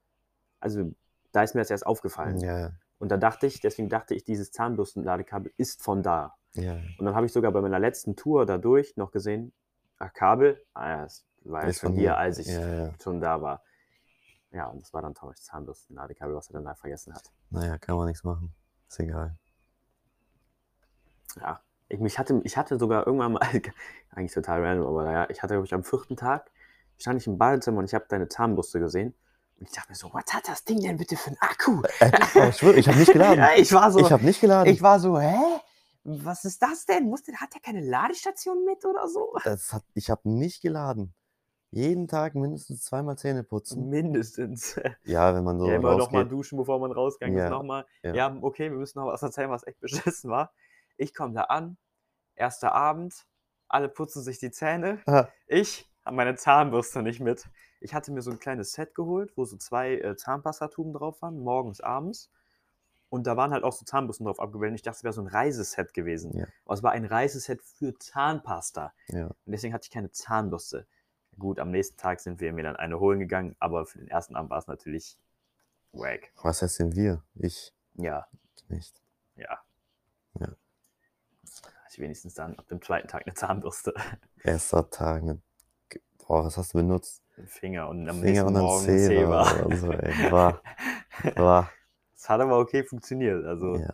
[SPEAKER 2] Also da ist mir das erst aufgefallen.
[SPEAKER 1] ja, ja.
[SPEAKER 2] Und da dachte ich, deswegen dachte ich, dieses Zahnbürstenladekabel ist von da.
[SPEAKER 1] ja.
[SPEAKER 2] Und dann habe ich sogar bei meiner letzten Tour dadurch noch gesehen, ach Kabel, ah, ja, das war
[SPEAKER 1] Ist
[SPEAKER 2] jetzt von
[SPEAKER 1] von
[SPEAKER 2] hier,
[SPEAKER 1] hier.
[SPEAKER 2] als ich
[SPEAKER 1] Ja, ja.
[SPEAKER 2] schon da war. Ja, und das war dann Thomas Zahnbürstenladekabel, was er dann da vergessen hat.
[SPEAKER 1] Naja, kann man nichts machen. Ist egal.
[SPEAKER 2] Ja, ich, mich hatte, ich hatte sogar irgendwann mal, eigentlich total random, aber naja, ich hatte, glaube ich, am vierten Tag, stand ich im Badezimmer und ich habe deine Zahnbürste gesehen. Und ich dachte mir so, was hat das Ding denn bitte für einen Akku?
[SPEAKER 1] Oh, ich schwöre, ich habe nicht geladen.
[SPEAKER 2] Ja, ich war so,
[SPEAKER 1] Ich habe nicht geladen.
[SPEAKER 2] ich war so, hä? Was ist das denn? Muss denn hat der keine Ladestation mit oder so?
[SPEAKER 1] Das hat, ich habe nicht geladen. Jeden Tag mindestens zweimal Zähne putzen.
[SPEAKER 2] Mindestens.
[SPEAKER 1] Ja, wenn man so
[SPEAKER 2] ja, immer nochmal
[SPEAKER 1] rausgeht.
[SPEAKER 2] duschen, bevor man rausgegangen ist.
[SPEAKER 1] Ja,
[SPEAKER 2] Nochmal. Ja.
[SPEAKER 1] ja.
[SPEAKER 2] okay, wir müssen noch was erzählen, was echt beschissen war. Ich komme da an, erster Abend, alle putzen sich die Zähne.
[SPEAKER 1] Aha.
[SPEAKER 2] Ich habe meine Zahnbürste nicht mit. Ich hatte mir so ein kleines Set geholt, wo so zwei äh, Zahnpastatuben drauf waren, morgens, abends. Und da waren halt auch so Zahnbürsten drauf abgebildet. Ich dachte, es wäre so ein Reiseset gewesen.
[SPEAKER 1] Ja.
[SPEAKER 2] Aber es war ein Reiseset für Zahnpasta.
[SPEAKER 1] Ja.
[SPEAKER 2] Und deswegen hatte ich keine Zahnbürste. Gut, am nächsten Tag sind wir mir dann eine holen gegangen, aber für den ersten Abend war es natürlich wack.
[SPEAKER 1] Was heißt denn wir? Ich
[SPEAKER 2] Ja,
[SPEAKER 1] nicht.
[SPEAKER 2] ja.
[SPEAKER 1] Ja.
[SPEAKER 2] Hatte ich wenigstens dann ab dem zweiten Tag eine Zahnbürste.
[SPEAKER 1] Erster Tag mit. Ge- Boah, was hast du benutzt?
[SPEAKER 2] Ein Finger und am
[SPEAKER 1] Finger
[SPEAKER 2] nächsten
[SPEAKER 1] und
[SPEAKER 2] Morgen
[SPEAKER 1] dann
[SPEAKER 2] ein
[SPEAKER 1] Zähne
[SPEAKER 2] Zebra.
[SPEAKER 1] oder so, ey. War, war.
[SPEAKER 2] Es hat aber okay funktioniert. Also,
[SPEAKER 1] Ja.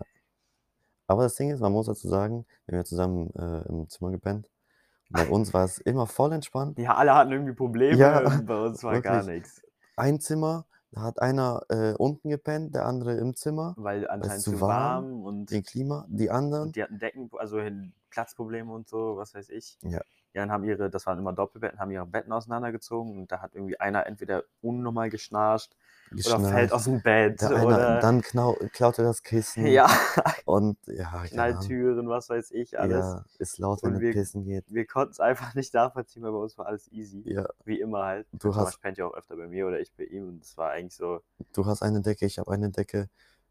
[SPEAKER 1] Aber das Ding ist, man muss dazu sagen, wir haben ja zusammen äh, im Zimmer gepennt. Bei uns war es immer voll entspannt.
[SPEAKER 2] ja, alle hatten irgendwie Probleme.
[SPEAKER 1] Ja,
[SPEAKER 2] und bei uns war gar
[SPEAKER 1] wirklich.
[SPEAKER 2] nichts.
[SPEAKER 1] Ein Zimmer, da hat einer äh, unten gepennt, der andere im Zimmer,
[SPEAKER 2] Weil anscheinend
[SPEAKER 1] zu
[SPEAKER 2] zu warm und
[SPEAKER 1] den Klima, die anderen.
[SPEAKER 2] Und die hatten Decken, also hin- Platzprobleme und so, was weiß ich.
[SPEAKER 1] Ja.
[SPEAKER 2] Ja, dann haben ihre, das waren immer Doppelbetten, haben ihre Betten auseinandergezogen und da hat irgendwie einer entweder unnormal geschnarcht oder fällt
[SPEAKER 1] geschnarcht.
[SPEAKER 2] aus dem Bett
[SPEAKER 1] der einer,
[SPEAKER 2] oder
[SPEAKER 1] dann knau, klaut er das Kissen
[SPEAKER 2] ja,
[SPEAKER 1] und ja, keine Ahnung.
[SPEAKER 2] Knalltüren, was weiß ich, alles.
[SPEAKER 1] ja, ist laut,
[SPEAKER 2] Und
[SPEAKER 1] wenn
[SPEAKER 2] wir-
[SPEAKER 1] er pissen geht.
[SPEAKER 2] Wir konnten es einfach nicht nachvollziehen, weil bei uns war alles easy.
[SPEAKER 1] Ja.
[SPEAKER 2] Wie immer halt.
[SPEAKER 1] Du
[SPEAKER 2] Thomas
[SPEAKER 1] hast,
[SPEAKER 2] pennt ja auch öfter bei mir oder ich bei ihm und es war eigentlich so
[SPEAKER 1] du hast eine Decke, ich habe eine Decke.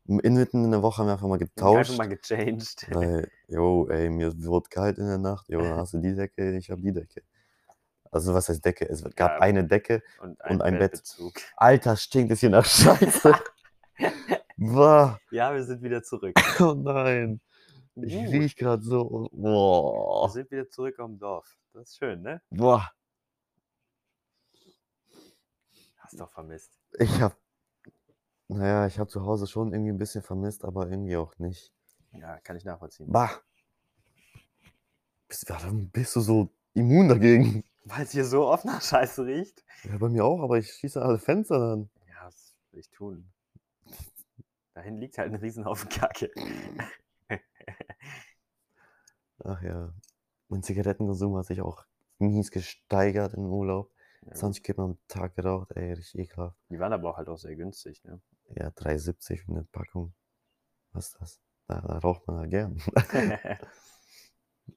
[SPEAKER 1] Inmitten in der Woche haben wir einfach mal
[SPEAKER 2] einfach
[SPEAKER 1] getauscht.
[SPEAKER 2] mal gechanged.
[SPEAKER 1] Weil, jo, ey, mir wird kalt in der Nacht, jo, dann hast du die Decke, ich habe die Decke. Also was heißt Decke? Es gab
[SPEAKER 2] Ja.
[SPEAKER 1] eine Decke.
[SPEAKER 2] Und
[SPEAKER 1] Und ein Bett.
[SPEAKER 2] Bettbezug.
[SPEAKER 1] Alter, stinkt es hier nach Scheiße. Boah,
[SPEAKER 2] Ja, wir sind wieder zurück.
[SPEAKER 1] oh nein. Ich
[SPEAKER 2] Uh,
[SPEAKER 1] riech gerade so.
[SPEAKER 2] wir
[SPEAKER 1] Boah.
[SPEAKER 2] sind wieder zurück am Dorf. Das ist schön, ne?
[SPEAKER 1] Boah.
[SPEAKER 2] Hast doch vermisst.
[SPEAKER 1] Ich hab. Naja, ich hab zu Hause schon irgendwie ein bisschen vermisst, aber irgendwie auch nicht.
[SPEAKER 2] Ja, kann ich nachvollziehen.
[SPEAKER 1] Bah. Bist, warum bist du so immun dagegen?
[SPEAKER 2] Weil es hier so oft nach Scheiße riecht.
[SPEAKER 1] Ja, bei mir auch, aber ich schließe alle Fenster dann.
[SPEAKER 2] Ja, was will ich tun? Dahin liegt halt ein Riesenhaufen Kacke.
[SPEAKER 1] Ach ja. Mein Zigarettenkonsum hat sich auch mies gesteigert im Urlaub.
[SPEAKER 2] Ja,
[SPEAKER 1] 20 Kippen am Tag geraucht, ey, richtig ekelhaft.
[SPEAKER 2] Die waren aber auch halt auch sehr günstig, ne?
[SPEAKER 1] Ja, 3,70 für eine Packung. Was ist das? Da, da raucht man ja gern.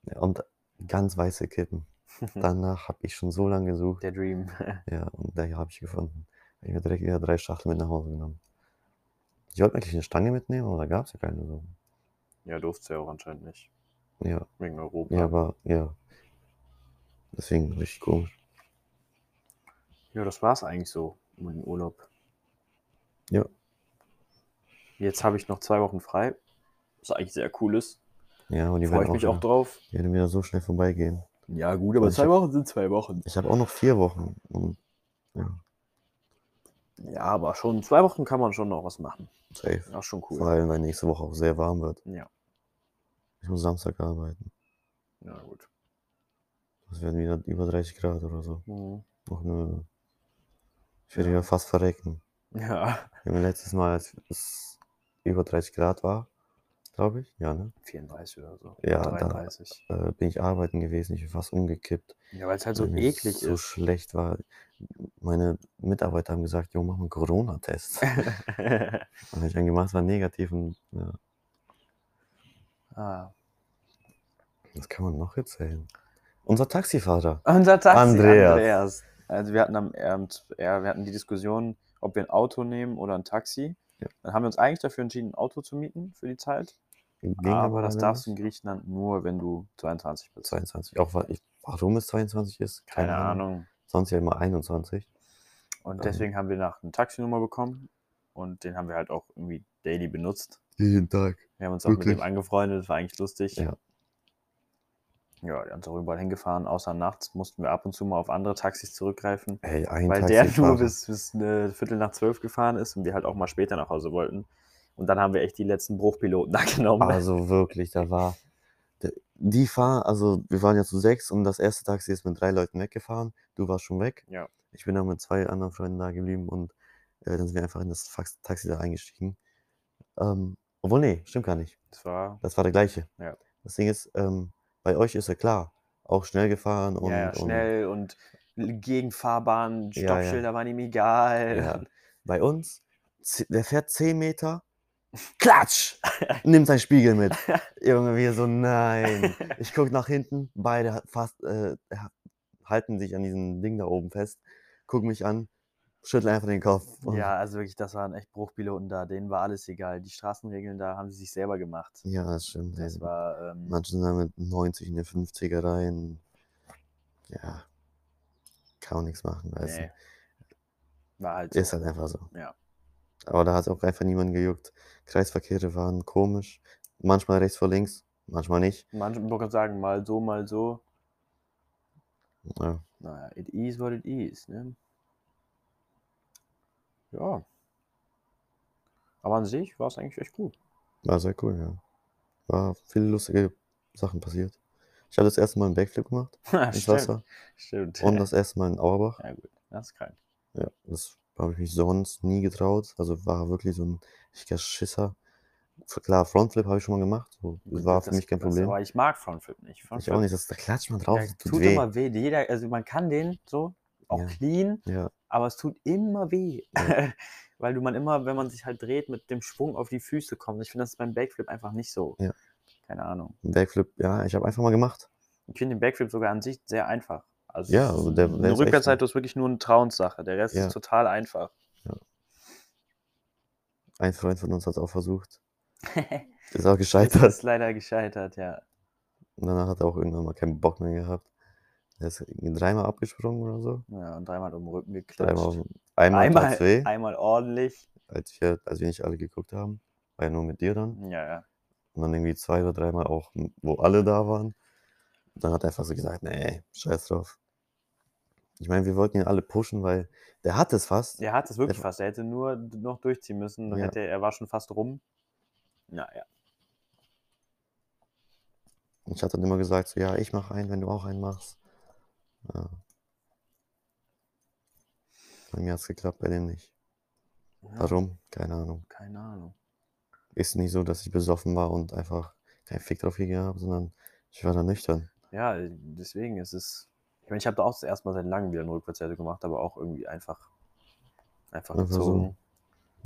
[SPEAKER 1] Ja, und ganz weiße Kippen. Danach habe ich schon so lange gesucht.
[SPEAKER 2] Der Dream.
[SPEAKER 1] Ja, und da habe ich gefunden. Hab Ich habe direkt wieder drei Schachteln mit nach Hause genommen. Ich wollte eigentlich eine Stange mitnehmen, aber da gab es ja keine so.
[SPEAKER 2] Ja, durfte ja auch anscheinend nicht.
[SPEAKER 1] Ja,
[SPEAKER 2] Wegen Europa.
[SPEAKER 1] ja, aber ja. Deswegen richtig komisch.
[SPEAKER 2] Ja, das war's eigentlich so um den Urlaub.
[SPEAKER 1] Ja.
[SPEAKER 2] Jetzt habe ich noch zwei Wochen frei. Was eigentlich sehr cool ist.
[SPEAKER 1] Ja, und die
[SPEAKER 2] Freue ich
[SPEAKER 1] werden,
[SPEAKER 2] mich
[SPEAKER 1] auch,
[SPEAKER 2] auch drauf.
[SPEAKER 1] die werden wieder so schnell vorbeigehen.
[SPEAKER 2] Ja, gut,
[SPEAKER 1] Und ich hab-
[SPEAKER 2] Wochen sind zwei Wochen.
[SPEAKER 1] Ich habe auch noch vier Wochen. um Und
[SPEAKER 2] Ja, aber schon zwei Wochen kann man schon noch was machen.
[SPEAKER 1] safe.
[SPEAKER 2] Auch schon cool.
[SPEAKER 1] Vor allem, weil nächste Woche auch sehr warm wird.
[SPEAKER 2] Ja.
[SPEAKER 1] Ich muss Samstag arbeiten.
[SPEAKER 2] Na gut.
[SPEAKER 1] Es werden wieder über 30 Grad oder so.
[SPEAKER 2] Mhm.
[SPEAKER 1] Ach nö. Ich werde ja fast verrecken.
[SPEAKER 2] Ja.
[SPEAKER 1] Ich hab Letztes Mal, als es über 30 Grad war, glaube ich, ja, ne?
[SPEAKER 2] 34 oder so.
[SPEAKER 1] Ja, da-
[SPEAKER 2] 33.
[SPEAKER 1] Äh, bin ich arbeiten gewesen, ich bin fast umgekippt.
[SPEAKER 2] Ja, weil es halt so
[SPEAKER 1] weil mir
[SPEAKER 2] eklig
[SPEAKER 1] so
[SPEAKER 2] ist.
[SPEAKER 1] schlecht war. Meine Mitarbeiter haben gesagt, jo, mach mal einen Corona-Test. Dann hab ich einen gemacht, war negativ und ja,
[SPEAKER 2] ah.
[SPEAKER 1] was kann man noch erzählen? Unser Taxifahrer.
[SPEAKER 2] Unser Taxi,
[SPEAKER 1] Andreas.
[SPEAKER 2] Andreas. Also wir hatten am Abend, ja, wir hatten die Diskussion, ob wir ein Auto nehmen oder ein Taxi.
[SPEAKER 1] Ja.
[SPEAKER 2] Dann haben wir uns eigentlich dafür entschieden, ein Auto zu mieten für die Zeit.
[SPEAKER 1] Ging
[SPEAKER 2] aber das
[SPEAKER 1] leider
[SPEAKER 2] Ah, darfst du
[SPEAKER 1] nicht.
[SPEAKER 2] in Griechenland nur, wenn du 22 bist.
[SPEAKER 1] 22. Auch weil ich, warum es 22 ist?
[SPEAKER 2] Keine, Ahnung.
[SPEAKER 1] Sonst ja immer 21.
[SPEAKER 2] Und
[SPEAKER 1] Ähm.
[SPEAKER 2] deswegen haben wir nach eine Taxinummer bekommen und den haben wir halt auch irgendwie daily benutzt.
[SPEAKER 1] Jeden Tag.
[SPEAKER 2] Wir haben uns auch
[SPEAKER 1] Wirklich?
[SPEAKER 2] mit dem angefreundet, war eigentlich lustig.
[SPEAKER 1] Ja.
[SPEAKER 2] Ja, wir haben uns auch überall hingefahren, außer nachts mussten wir ab und zu mal auf andere Taxis zurückgreifen,
[SPEAKER 1] Ey, ein
[SPEAKER 2] weil der
[SPEAKER 1] Taxifahrer.
[SPEAKER 2] nur bis, bis eine Viertel nach zwölf gefahren ist und wir halt auch mal später nach Hause wollten. Und dann haben wir echt die letzten Bruchpiloten da genommen.
[SPEAKER 1] Also wirklich, da war. d- Die Fahr, also wir waren ja zu sechs und das erste Taxi ist mit drei Leuten weggefahren. Du warst schon weg.
[SPEAKER 2] Ja.
[SPEAKER 1] Ich bin dann mit zwei anderen Freunden da geblieben und äh, dann sind wir einfach in das Fax Taxi da eingestiegen. Ähm, obwohl, nee, stimmt gar nicht.
[SPEAKER 2] Das war,
[SPEAKER 1] Das war der gleiche.
[SPEAKER 2] Ja.
[SPEAKER 1] Das Ding ist, ähm, bei euch ist ja klar, auch schnell gefahren und.
[SPEAKER 2] ja, ja, schnell und, Gegenfahrbahnen,
[SPEAKER 1] Ja, ja.
[SPEAKER 2] Stoppschilder waren ihm egal.
[SPEAKER 1] Und, ja. Bei uns, ze- der fährt zehn Meter. Klatsch! Nimmt seinen Spiegel mit. Junge, wir so, nein. Ich gucke nach hinten, beide ha- fast, äh, ha- halten sich an diesem Ding da oben fest, gucken mich an, Schüttel einfach den Kopf.
[SPEAKER 2] Ja, also wirklich, das waren echt Bruchpiloten da. Denen war alles egal. Die Straßenregeln da haben sie sich selber gemacht.
[SPEAKER 1] Ja, das stimmt. ey.
[SPEAKER 2] Das war. Ähm,
[SPEAKER 1] Manche sind dann mit 90 in der 50er rein. Ja. Kann auch nichts machen. Weißt
[SPEAKER 2] nee. War halt.
[SPEAKER 1] du. Ist halt einfach so.
[SPEAKER 2] Ja.
[SPEAKER 1] Aber da hat auch einfach niemand gejuckt. Kreisverkehre waren komisch. Manchmal rechts vor links, manchmal nicht.
[SPEAKER 2] Manche man kann sagen, mal so, mal so.
[SPEAKER 1] Ja.
[SPEAKER 2] Naja, it is what it is, ne? Ja. Aber an sich war es eigentlich echt gut.
[SPEAKER 1] War sehr cool, ja. War viele lustige Sachen passiert. Ich habe das erste Mal einen Backflip gemacht ins Wasser
[SPEAKER 2] Stimmt.
[SPEAKER 1] und das erste Mal in Auerbach.
[SPEAKER 2] ja, gut. Das ist krank.
[SPEAKER 1] Ja, das habe ich mich sonst nie getraut. Also war wirklich so ein richtiger Schisser. F- Klar, Frontflip habe ich schon mal gemacht. So, das war für mich kein
[SPEAKER 2] das-
[SPEAKER 1] Problem.
[SPEAKER 2] Aber ich mag Frontflip nicht.
[SPEAKER 1] Ich auch nicht. Das, da klatscht man drauf.
[SPEAKER 2] der
[SPEAKER 1] das tut
[SPEAKER 2] tut
[SPEAKER 1] weh.
[SPEAKER 2] immer weh. Jeder, also man kann den so, auch
[SPEAKER 1] Ja.
[SPEAKER 2] clean,
[SPEAKER 1] Ja,
[SPEAKER 2] aber es tut immer weh.
[SPEAKER 1] Ja.
[SPEAKER 2] Weil du man immer, wenn man sich halt dreht, mit dem Schwung auf die Füße kommt. Ich finde das ist beim Backflip einfach nicht so.
[SPEAKER 1] Ja.
[SPEAKER 2] Keine Ahnung.
[SPEAKER 1] ein Backflip, ja, ich habe einfach mal gemacht.
[SPEAKER 2] Ich finde den Backflip sogar an sich sehr einfach. Also
[SPEAKER 1] Ja, also der- der
[SPEAKER 2] eine
[SPEAKER 1] ist echt
[SPEAKER 2] Rückwärtsseite ist wirklich nur eine Trauenssache. Der Rest
[SPEAKER 1] Ja.
[SPEAKER 2] ist total einfach.
[SPEAKER 1] Ein Freund von uns hat es auch versucht. Ist auch gescheitert.
[SPEAKER 2] Das ist leider gescheitert, ja.
[SPEAKER 1] Und danach hat er auch irgendwann mal keinen Bock mehr gehabt. Er ist irgendwie dreimal abgesprungen oder so.
[SPEAKER 2] ja und dreimal um den Rücken geklatscht.
[SPEAKER 1] Dreimal, auf den- einmal, einmal tat's weh,
[SPEAKER 2] einmal, einmal ordentlich.
[SPEAKER 1] als wir, als wir nicht alle geguckt haben. War ja nur mit dir dann.
[SPEAKER 2] Ja, ja.
[SPEAKER 1] Und dann irgendwie zwei oder dreimal auch, m- wo alle da waren. Dann hat er einfach so gesagt, nee, scheiß drauf. Ich meine, wir wollten ihn alle pushen, weil der hat es fast.
[SPEAKER 2] Er hat es wirklich
[SPEAKER 1] Der-
[SPEAKER 2] fast. Er hätte nur d- noch durchziehen müssen. Dann
[SPEAKER 1] Ja.
[SPEAKER 2] hätte er, er war schon fast rum. Naja.
[SPEAKER 1] Und ich hatte dann immer gesagt, so, ja, ich mache einen, wenn du auch einen machst. Ja. Bei mir hat es geklappt, bei dem nicht.
[SPEAKER 2] Ja,
[SPEAKER 1] Warum? Keine Ahnung.
[SPEAKER 2] keine Ahnung.
[SPEAKER 1] Ist nicht so, dass ich besoffen war und einfach keinen Fick drauf gegeben habe, sondern ich war da nüchtern.
[SPEAKER 2] Ja, deswegen ist es. Ich meine, ich habe da auch das erste Mal seit langem wieder eine Rückwärtsseite gemacht, aber auch irgendwie einfach. Einfach
[SPEAKER 1] Einfach so.
[SPEAKER 2] gezogen.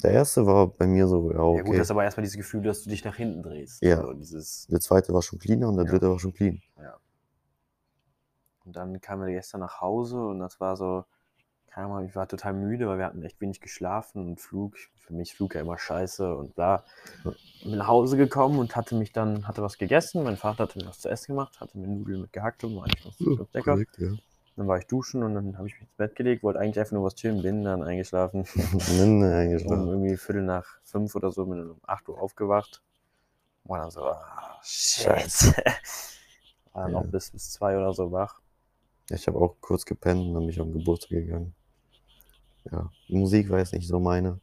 [SPEAKER 1] Der erste war bei mir so, ja,
[SPEAKER 2] Ja, gut,
[SPEAKER 1] okay.
[SPEAKER 2] das ist aber erstmal dieses Gefühl, dass du dich nach hinten drehst.
[SPEAKER 1] Ja.
[SPEAKER 2] So dieses,
[SPEAKER 1] der zweite war schon cleaner und der
[SPEAKER 2] Ja.
[SPEAKER 1] dritte war schon clean.
[SPEAKER 2] und dann kamen wir gestern nach Hause und das war so. Keine Ahnung, ich war total müde, weil wir hatten echt wenig geschlafen und Flug. Für mich Flug ja immer scheiße und bla. Bin nach Hause gekommen und hatte mich dann, hatte was gegessen. Mein Vater hatte mir was zu essen gemacht, hatte mir Nudeln mit gehacktem, war eigentlich noch ganz lecker.
[SPEAKER 1] Hm, Korrekt, ja.
[SPEAKER 2] Dann war ich duschen und dann habe ich mich ins Bett gelegt, wollte eigentlich einfach nur was chillen, bin dann eingeschlafen.
[SPEAKER 1] Nenne
[SPEAKER 2] um
[SPEAKER 1] eingeschlafen.
[SPEAKER 2] irgendwie Viertel nach fünf oder so, bin dann um 8 Uhr aufgewacht. Und dann so, ah, shit. War dann
[SPEAKER 1] Ja.
[SPEAKER 2] noch bis, bis zwei oder so wach.
[SPEAKER 1] Ich habe auch kurz gepennt und dann bin ich auf den Geburtstag gegangen. Ja, Musik war jetzt nicht so meine.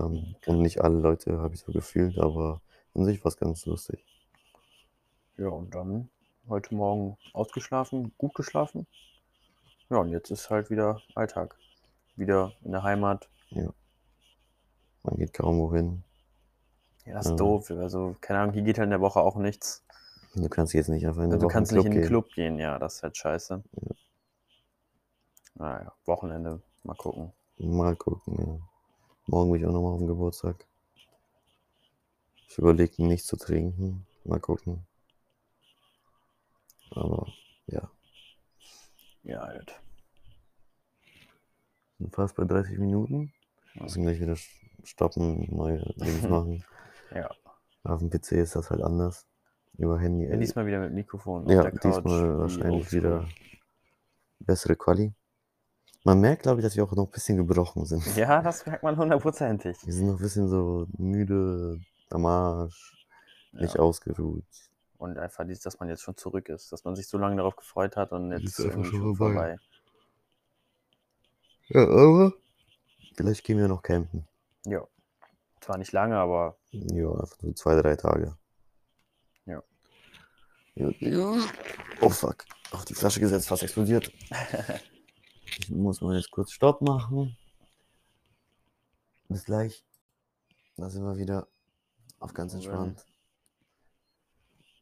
[SPEAKER 1] Ähm, und nicht alle Leute habe ich so gefühlt, aber an sich war es ganz lustig.
[SPEAKER 2] Ja, und dann heute Morgen ausgeschlafen, gut geschlafen. Ja, und jetzt ist halt wieder Alltag. Wieder in der Heimat.
[SPEAKER 1] Man geht kaum wohin.
[SPEAKER 2] Ja, das ist
[SPEAKER 1] Ja.
[SPEAKER 2] doof. Also, keine Ahnung, hier geht halt in der Woche auch nichts.
[SPEAKER 1] Du kannst jetzt nicht einfach in der
[SPEAKER 2] Also du
[SPEAKER 1] Woche in
[SPEAKER 2] kannst
[SPEAKER 1] den
[SPEAKER 2] nicht in den
[SPEAKER 1] gehen.
[SPEAKER 2] Club gehen, ja, das ist halt scheiße.
[SPEAKER 1] Ja.
[SPEAKER 2] Naja, Wochenende, mal gucken.
[SPEAKER 1] Mal gucken, ja. Morgen bin ich auch nochmal auf dem Geburtstag. Ich überlege, nichts zu trinken. Mal gucken. Aber ja,
[SPEAKER 2] Ja, halt.
[SPEAKER 1] sind fast bei 30 Minuten.
[SPEAKER 2] Ja.
[SPEAKER 1] Müssen gleich wieder sch- stoppen, neue Dings machen.
[SPEAKER 2] Ja.
[SPEAKER 1] Auf dem PC ist das halt anders. Über Handy. äh,
[SPEAKER 2] Ja, diesmal wieder mit Mikrofon. auf
[SPEAKER 1] ja,
[SPEAKER 2] der Couch,
[SPEAKER 1] diesmal
[SPEAKER 2] wie
[SPEAKER 1] wahrscheinlich
[SPEAKER 2] oldschool.
[SPEAKER 1] wieder bessere Quali. Man merkt, glaube ich, dass wir auch noch ein bisschen gebrochen sind.
[SPEAKER 2] Ja, das merkt man hundertprozentig.
[SPEAKER 1] Wir sind noch ein bisschen so müde, am Arsch, nicht
[SPEAKER 2] Ja.
[SPEAKER 1] ausgeruht.
[SPEAKER 2] Und einfach dies, dass man jetzt schon zurück ist, dass man sich so lange darauf gefreut hat und jetzt
[SPEAKER 1] Ist
[SPEAKER 2] ist
[SPEAKER 1] einfach
[SPEAKER 2] irgendwie
[SPEAKER 1] schon
[SPEAKER 2] schon
[SPEAKER 1] vorbei.
[SPEAKER 2] vorbei.
[SPEAKER 1] Ja, aber. Vielleicht gehen wir noch campen.
[SPEAKER 2] Ja. Zwar nicht lange, aber
[SPEAKER 1] Ja, einfach so zwei, drei Tage.
[SPEAKER 2] Ja.
[SPEAKER 1] Ja, ja. Oh fuck. Auf die Flasche gesetzt, fast explodiert. ich muss mal jetzt kurz Stopp machen. Bis gleich. Da sind wir wieder auf ganz
[SPEAKER 2] Moment.
[SPEAKER 1] entspannt.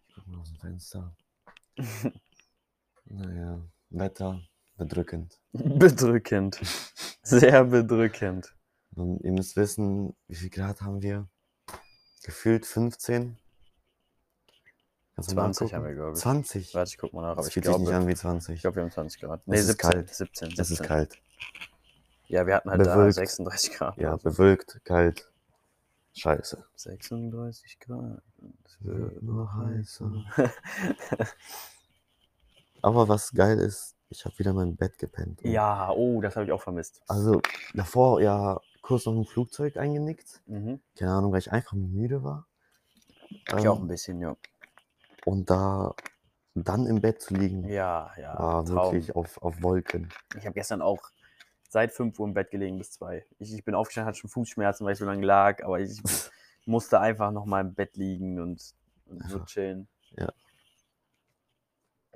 [SPEAKER 1] Ich guck mal aus dem Fenster. naja, Wetter bedrückend.
[SPEAKER 2] bedrückend. Sehr bedrückend.
[SPEAKER 1] Und ihr müsst wissen, wie viel Grad haben wir? Gefühlt 15? Kannst du mal
[SPEAKER 2] 20 haben wir,
[SPEAKER 1] angucken?
[SPEAKER 2] glaube ich.
[SPEAKER 1] 20?
[SPEAKER 2] Warte, ich guck mal nach, aber
[SPEAKER 1] Das
[SPEAKER 2] ich
[SPEAKER 1] fühlt sich nicht
[SPEAKER 2] glaube,
[SPEAKER 1] an wie
[SPEAKER 2] ich
[SPEAKER 1] 20.
[SPEAKER 2] glaube, wir haben 20 Grad.
[SPEAKER 1] ist
[SPEAKER 2] 17,
[SPEAKER 1] kalt.
[SPEAKER 2] 17, 17.
[SPEAKER 1] Das ist kalt.
[SPEAKER 2] Ja, wir hatten halt da
[SPEAKER 1] Bewölkt.
[SPEAKER 2] 36 Grad.
[SPEAKER 1] Ja, bewölkt, kalt, scheiße.
[SPEAKER 2] 36 Grad. Es
[SPEAKER 1] Wird
[SPEAKER 2] wird
[SPEAKER 1] nur
[SPEAKER 2] noch
[SPEAKER 1] heißer.
[SPEAKER 2] heißer.
[SPEAKER 1] Aber was geil ist, ich habe wieder mein Bett gepennt. Und
[SPEAKER 2] ja, oh, das habe ich auch vermisst.
[SPEAKER 1] Also davor ja kurz noch im Flugzeug eingenickt.
[SPEAKER 2] Mhm.
[SPEAKER 1] Keine Ahnung, weil ich einfach müde war.
[SPEAKER 2] Ich
[SPEAKER 1] Ähm,
[SPEAKER 2] auch ein bisschen, ja.
[SPEAKER 1] Und da dann im Bett zu liegen,
[SPEAKER 2] Ja, ja.
[SPEAKER 1] war
[SPEAKER 2] Traum.
[SPEAKER 1] Ah, wirklich auf, auf Wolken.
[SPEAKER 2] Ich habe gestern auch seit 5 Uhr im Bett gelegen bis 2. Ich, ich bin aufgestanden, hatte schon Fußschmerzen, weil ich so lange lag, aber ich musste einfach nochmal im Bett liegen und, und so
[SPEAKER 1] Einfach,
[SPEAKER 2] chillen.
[SPEAKER 1] ja.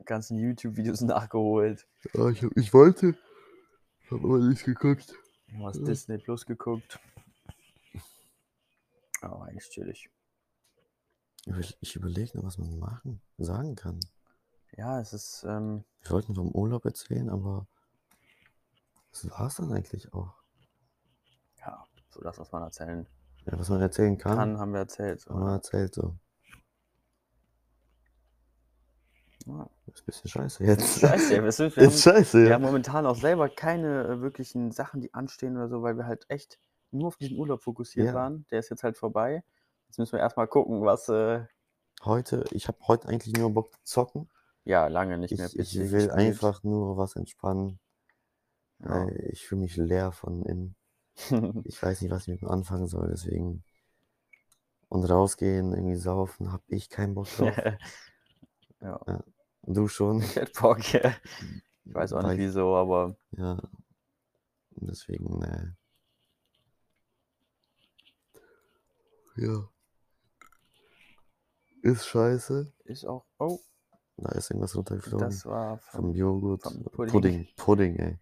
[SPEAKER 2] Ganzen YouTube-Videos nachgeholt.
[SPEAKER 1] ich, wollte, habe aber nicht geguckt.
[SPEAKER 2] Du hast
[SPEAKER 1] Ja.
[SPEAKER 2] Disney Plus geguckt. Aber eigentlich chillig.
[SPEAKER 1] Ich überlege noch, was man machen, sagen kann.
[SPEAKER 2] Ja, es ist. Ähm,
[SPEAKER 1] Wir wollten vom Urlaub erzählen, aber das war es dann eigentlich auch.
[SPEAKER 2] ja, so das, was man erzählen
[SPEAKER 1] Ja, was man erzählen kann,
[SPEAKER 2] kann, haben wir erzählt.
[SPEAKER 1] haben wir erzählt so.
[SPEAKER 2] Ja.
[SPEAKER 1] Das ist ein bisschen scheiße jetzt.
[SPEAKER 2] Scheiße, ey, was sind wir?
[SPEAKER 1] Jetzt
[SPEAKER 2] Haben,
[SPEAKER 1] scheiße,
[SPEAKER 2] wir haben
[SPEAKER 1] ja.
[SPEAKER 2] momentan auch selber keine äh, wirklichen Sachen, die anstehen oder so, weil wir halt echt nur auf diesen Urlaub fokussiert
[SPEAKER 1] Ja.
[SPEAKER 2] waren. Der ist jetzt halt vorbei. Jetzt müssen wir erstmal gucken, was. Äh,
[SPEAKER 1] Heute, ich habe heute eigentlich nur Bock zu zocken.
[SPEAKER 2] ja, lange nicht
[SPEAKER 1] Ich,
[SPEAKER 2] mehr.
[SPEAKER 1] ich
[SPEAKER 2] PC
[SPEAKER 1] will
[SPEAKER 2] gespielt.
[SPEAKER 1] einfach nur was entspannen.
[SPEAKER 2] Ja.
[SPEAKER 1] Weil ich fühle mich leer von innen. Ich weiß nicht, was ich mit mir anfangen soll, deswegen. Und rausgehen, irgendwie saufen, habe ich keinen Bock drauf.
[SPEAKER 2] ja,
[SPEAKER 1] du schon.
[SPEAKER 2] ich hätte Bock. ja. Ich weiß auch nicht
[SPEAKER 1] Weil-
[SPEAKER 2] wieso, aber
[SPEAKER 1] Ja. Und Deswegen, ne. Ja. Ist scheiße.
[SPEAKER 2] ist auch. Oh,
[SPEAKER 1] Da ist irgendwas runtergeflogen.
[SPEAKER 2] das war. Von,
[SPEAKER 1] vom Joghurt.
[SPEAKER 2] vom
[SPEAKER 1] Pudding.
[SPEAKER 2] Pudding.
[SPEAKER 1] Pudding, ey.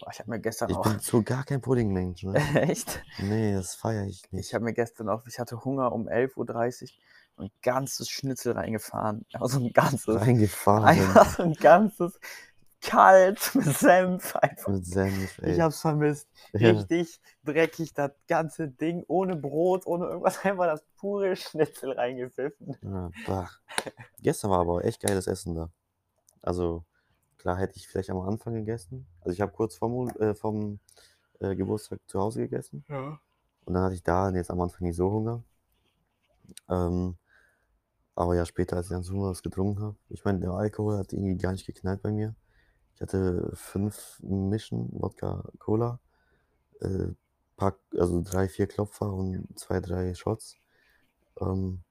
[SPEAKER 2] Boah, ich habe mir gestern
[SPEAKER 1] Ich
[SPEAKER 2] auch.
[SPEAKER 1] bin so gar kein Pudding-Mensch, ne?
[SPEAKER 2] Echt?
[SPEAKER 1] Nee, das feiere ich nicht.
[SPEAKER 2] Ich habe mir gestern auch, ich hatte Hunger um 11.30 Uhr und ein ganzes Schnitzel reingefahren. Also ein ganzes.
[SPEAKER 1] Reingefahren
[SPEAKER 2] Einfach so ein ganzes kalt mit Senf. Einfach.
[SPEAKER 1] mit Senf, ey.
[SPEAKER 2] Ich hab's vermisst.
[SPEAKER 1] ja.
[SPEAKER 2] Richtig dreckig, das ganze Ding ohne Brot, ohne irgendwas, einfach das pure Schnitzel reingepfiffen.
[SPEAKER 1] Ja, bah. Gestern war aber echt geiles Essen da. Also, klar hätte ich vielleicht am Anfang gegessen. Also, ich habe kurz vorm, Ur- äh, vom äh, Geburtstag zu Hause gegessen. Und dann hatte ich da jetzt am Anfang nicht so Hunger. Ähm, aber ja, später, als ich dann so Hunger was getrunken habe. Ich meine, der Alkohol hat irgendwie gar nicht geknallt bei mir. Ich hatte fünf Mischen Wodka Cola, äh, pack, also drei, vier Klopfer und zwei, drei Shots. Ähm,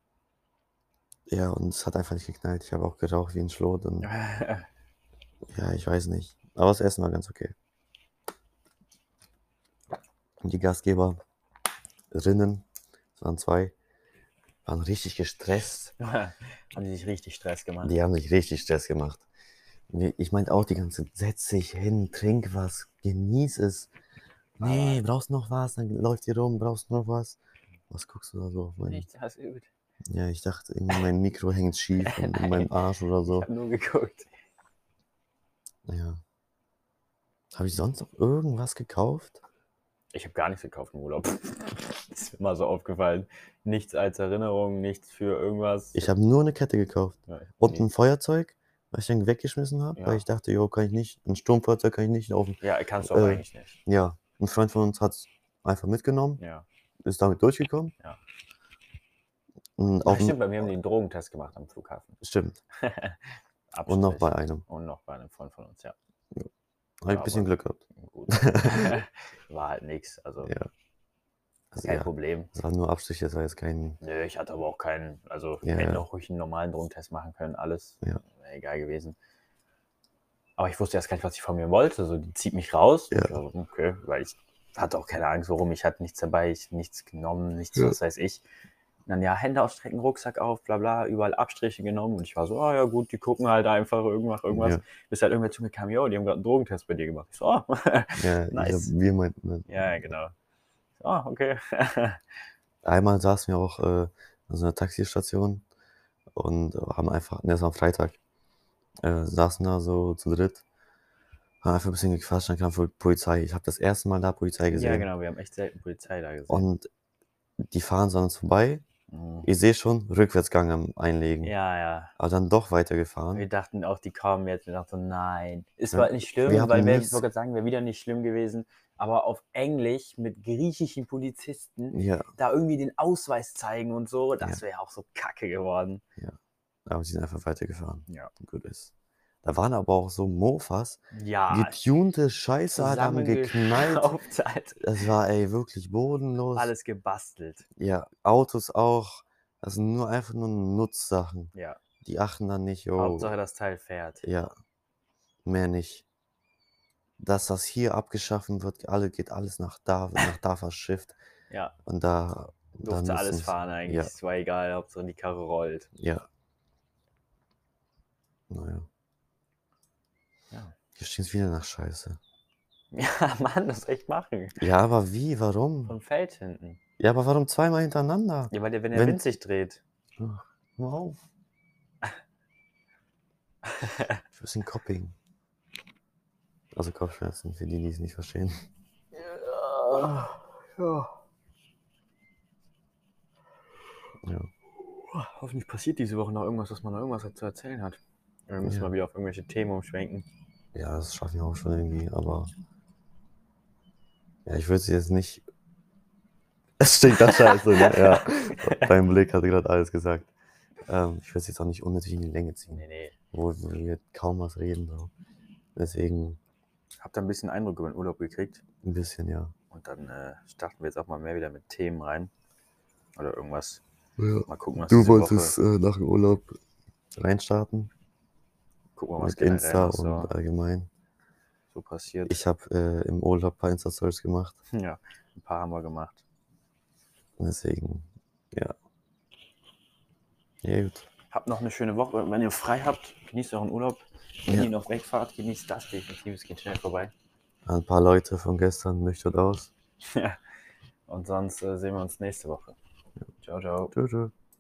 [SPEAKER 1] ja, und es hat einfach nicht geknallt. Ich habe auch geraucht wie ein Schlot. Und, ja, ich weiß nicht. Aber das Essen war ganz okay. Und die Gastgeberinnen, es waren zwei, waren richtig gestresst.
[SPEAKER 2] Haben die sich richtig Stress gemacht.
[SPEAKER 1] Die haben sich richtig Stress gemacht. Wir- Ich meinte auch die ganze Zeit, setz dich hin, trink was, genieß es. Nee, brauchst noch was, dann läuft die rum, brauchst noch was. Was guckst du da so auf mein...
[SPEAKER 2] Nichts hast übt.
[SPEAKER 1] Ja, ich dachte, irgendwie mein Mikro hängt schief in in meinem Arsch oder so.
[SPEAKER 2] Ich hab nur geguckt.
[SPEAKER 1] Ja. Habe ich sonst noch irgendwas gekauft?
[SPEAKER 2] Ich habe gar nichts gekauft im Urlaub. ist mir mal so aufgefallen. Nichts als Erinnerung, nichts für irgendwas.
[SPEAKER 1] Ich habe nur eine Kette gekauft
[SPEAKER 2] Ja,
[SPEAKER 1] und
[SPEAKER 2] nee.
[SPEAKER 1] ein Feuerzeug, was ich dann weggeschmissen habe,
[SPEAKER 2] Ja.
[SPEAKER 1] weil ich dachte, jo, kann ich nicht, ein Sturmfeuerzeug kann ich nicht laufen.
[SPEAKER 2] ja, kannst du aber
[SPEAKER 1] äh,
[SPEAKER 2] eigentlich nicht.
[SPEAKER 1] Ja, ein Freund von uns hat es einfach mitgenommen,
[SPEAKER 2] Ja.
[SPEAKER 1] ist damit durchgekommen.
[SPEAKER 2] Ja.
[SPEAKER 1] Und
[SPEAKER 2] Ach,
[SPEAKER 1] auf
[SPEAKER 2] stimmt,
[SPEAKER 1] stimmt.
[SPEAKER 2] bei mir haben die einen Drogentest gemacht am Flughafen.
[SPEAKER 1] stimmt.
[SPEAKER 2] Abstrich.
[SPEAKER 1] Und noch bei einem.
[SPEAKER 2] Und noch bei einem Freund von uns, ja.
[SPEAKER 1] Habe ich ein
[SPEAKER 2] Ja,
[SPEAKER 1] bisschen
[SPEAKER 2] aber-
[SPEAKER 1] Glück gehabt.
[SPEAKER 2] Gut. war halt nix. Also
[SPEAKER 1] Ja. Also,
[SPEAKER 2] kein
[SPEAKER 1] ja,
[SPEAKER 2] Problem.
[SPEAKER 1] das war nur Abstriche, das war jetzt kein.
[SPEAKER 2] Nö, ich hatte aber auch keinen, also
[SPEAKER 1] Ja,
[SPEAKER 2] wir hätten
[SPEAKER 1] ja.
[SPEAKER 2] auch ruhig einen normalen Drogentest machen können, alles.
[SPEAKER 1] Ja.
[SPEAKER 2] Wäre egal gewesen. Aber ich wusste erst gar nicht, was ich von mir wollte. So, die zieht mich raus.
[SPEAKER 1] Ja.
[SPEAKER 2] Ich war so, okay, weil ich hatte auch keine Angst, warum. Ich hatte nichts dabei, ich hab nichts genommen, nichts,
[SPEAKER 1] Ja.
[SPEAKER 2] was weiß ich. Und dann ja, Hände ausstrecken, Rucksack auf, bla bla, überall Abstriche genommen. Und ich war so, ah ja gut, die gucken halt einfach irgendwas, irgendwas.
[SPEAKER 1] Ja,
[SPEAKER 2] Bis halt irgendwer zu mir kam, jo, die haben gerade einen Drogentest bei dir gemacht. Ich so, ah,
[SPEAKER 1] ja
[SPEAKER 2] Nice.
[SPEAKER 1] ich hab, wir meinten. ne,
[SPEAKER 2] ja, genau. Ich so, Ah, okay.
[SPEAKER 1] Einmal saßen wir auch äh, an so einer Taxistation und haben einfach, ne, das war am Freitag, äh, saßen da so zu dritt, haben einfach ein bisschen gequatscht, dann kam Pol- Polizei. Ich habe das erste Mal da Polizei gesehen.
[SPEAKER 2] ja, genau, wir haben echt selten Polizei da gesehen.
[SPEAKER 1] Und die fahren so an uns vorbei.
[SPEAKER 2] Mhm.
[SPEAKER 1] Ich sehe schon, Rückwärtsgang am Einlegen.
[SPEAKER 2] Ja, ja.
[SPEAKER 1] Aber dann doch weitergefahren.
[SPEAKER 2] Wir dachten auch, die kommen jetzt. Wir dachten so, nein. Es
[SPEAKER 1] Ja.
[SPEAKER 2] war nicht schlimm,
[SPEAKER 1] Wir hatten
[SPEAKER 2] weil wir,
[SPEAKER 1] nichts-
[SPEAKER 2] ich wollte gerade sagen, wäre wieder nicht schlimm gewesen. aber auf Englisch mit griechischen Polizisten
[SPEAKER 1] Ja,
[SPEAKER 2] da irgendwie den Ausweis zeigen und so, das wäre auch so kacke geworden.
[SPEAKER 1] aber sie sind einfach weitergefahren.
[SPEAKER 2] Ja.
[SPEAKER 1] Gut ist. Da waren aber auch so Mofas,
[SPEAKER 2] Ja,
[SPEAKER 1] getunte Scheiße hat haben geknallt.
[SPEAKER 2] Ah, zusammengeschraubt, Alter.
[SPEAKER 1] Das war ey wirklich bodenlos.
[SPEAKER 2] Alles gebastelt.
[SPEAKER 1] Ja, Autos auch. Das sind nur einfach nur Nutzsachen.
[SPEAKER 2] Ja.
[SPEAKER 1] Die achten dann nicht, oh.
[SPEAKER 2] Hauptsache das Teil fährt.
[SPEAKER 1] Ja. Mehr nicht. Dass das hier abgeschaffen wird, alle geht alles nach da, nach da verschifft.
[SPEAKER 2] Ja.
[SPEAKER 1] Und da. da
[SPEAKER 2] Durfte alles
[SPEAKER 1] müssen-
[SPEAKER 2] fahren eigentlich.
[SPEAKER 1] Ja.
[SPEAKER 2] Es war egal, Hauptsache die Karre rollt.
[SPEAKER 1] Ja. Naja.
[SPEAKER 2] Ja.
[SPEAKER 1] Hier stinkt wieder nach Scheiße.
[SPEAKER 2] Ja, Mann, das echt machen.
[SPEAKER 1] Ja, aber wie? Warum?
[SPEAKER 2] Vom Feld hinten.
[SPEAKER 1] Ja, aber warum zweimal hintereinander?
[SPEAKER 2] Ja, weil der, wenn der
[SPEAKER 1] Wenn-
[SPEAKER 2] Wind sich dreht.
[SPEAKER 1] Hör auf. Ein bisschen Copying. Also Kopfschmerzen, für die, die es nicht verstehen.
[SPEAKER 2] Ah, Ja.
[SPEAKER 1] Ja.
[SPEAKER 2] Hoffentlich passiert diese Woche noch irgendwas, dass man noch irgendwas zu erzählen hat. Wir müssen
[SPEAKER 1] Ja.
[SPEAKER 2] mal wieder auf irgendwelche Themen umschwenken.
[SPEAKER 1] Ja, das schaffen wir auch schon irgendwie, aber. Ja, ich würde sie jetzt nicht. Es stinkt nach Scheiße, ne? Ja. Dein Blick hat gerade alles gesagt. Ähm, ich würde es jetzt auch nicht unnötig in die Länge ziehen,
[SPEAKER 2] Nee, nee.
[SPEAKER 1] wo wir kaum was reden. So. Deswegen
[SPEAKER 2] Hab da ein bisschen Eindruck über den Urlaub gekriegt.
[SPEAKER 1] ein bisschen, ja.
[SPEAKER 2] Und dann äh, starten wir jetzt auch mal mehr wieder mit Themen rein. Oder irgendwas. Mal gucken, was
[SPEAKER 1] Du
[SPEAKER 2] diese
[SPEAKER 1] wolltest
[SPEAKER 2] Woche,
[SPEAKER 1] äh, nach dem Urlaub reinstarten
[SPEAKER 2] gucken wir, was
[SPEAKER 1] mit
[SPEAKER 2] generell
[SPEAKER 1] Insta
[SPEAKER 2] noch
[SPEAKER 1] und
[SPEAKER 2] so,
[SPEAKER 1] allgemein.
[SPEAKER 2] so passiert.
[SPEAKER 1] Ich habe äh, im Urlaub ein paar Insta-Stories gemacht,
[SPEAKER 2] Ja, ein paar haben wir gemacht.
[SPEAKER 1] deswegen, ja. Ja, gut.
[SPEAKER 2] Habt noch eine schöne Woche. Wenn ihr frei habt, genießt euren Urlaub. Wenn
[SPEAKER 1] Ja.
[SPEAKER 2] ihr noch wegfahrt, genießt das definitiv. Es geht schnell vorbei.
[SPEAKER 1] Ein paar Leute von gestern nüchtern aus.
[SPEAKER 2] Und sonst äh, sehen wir uns nächste Woche. Ciao, ciao.
[SPEAKER 1] Tschüss. tschüss.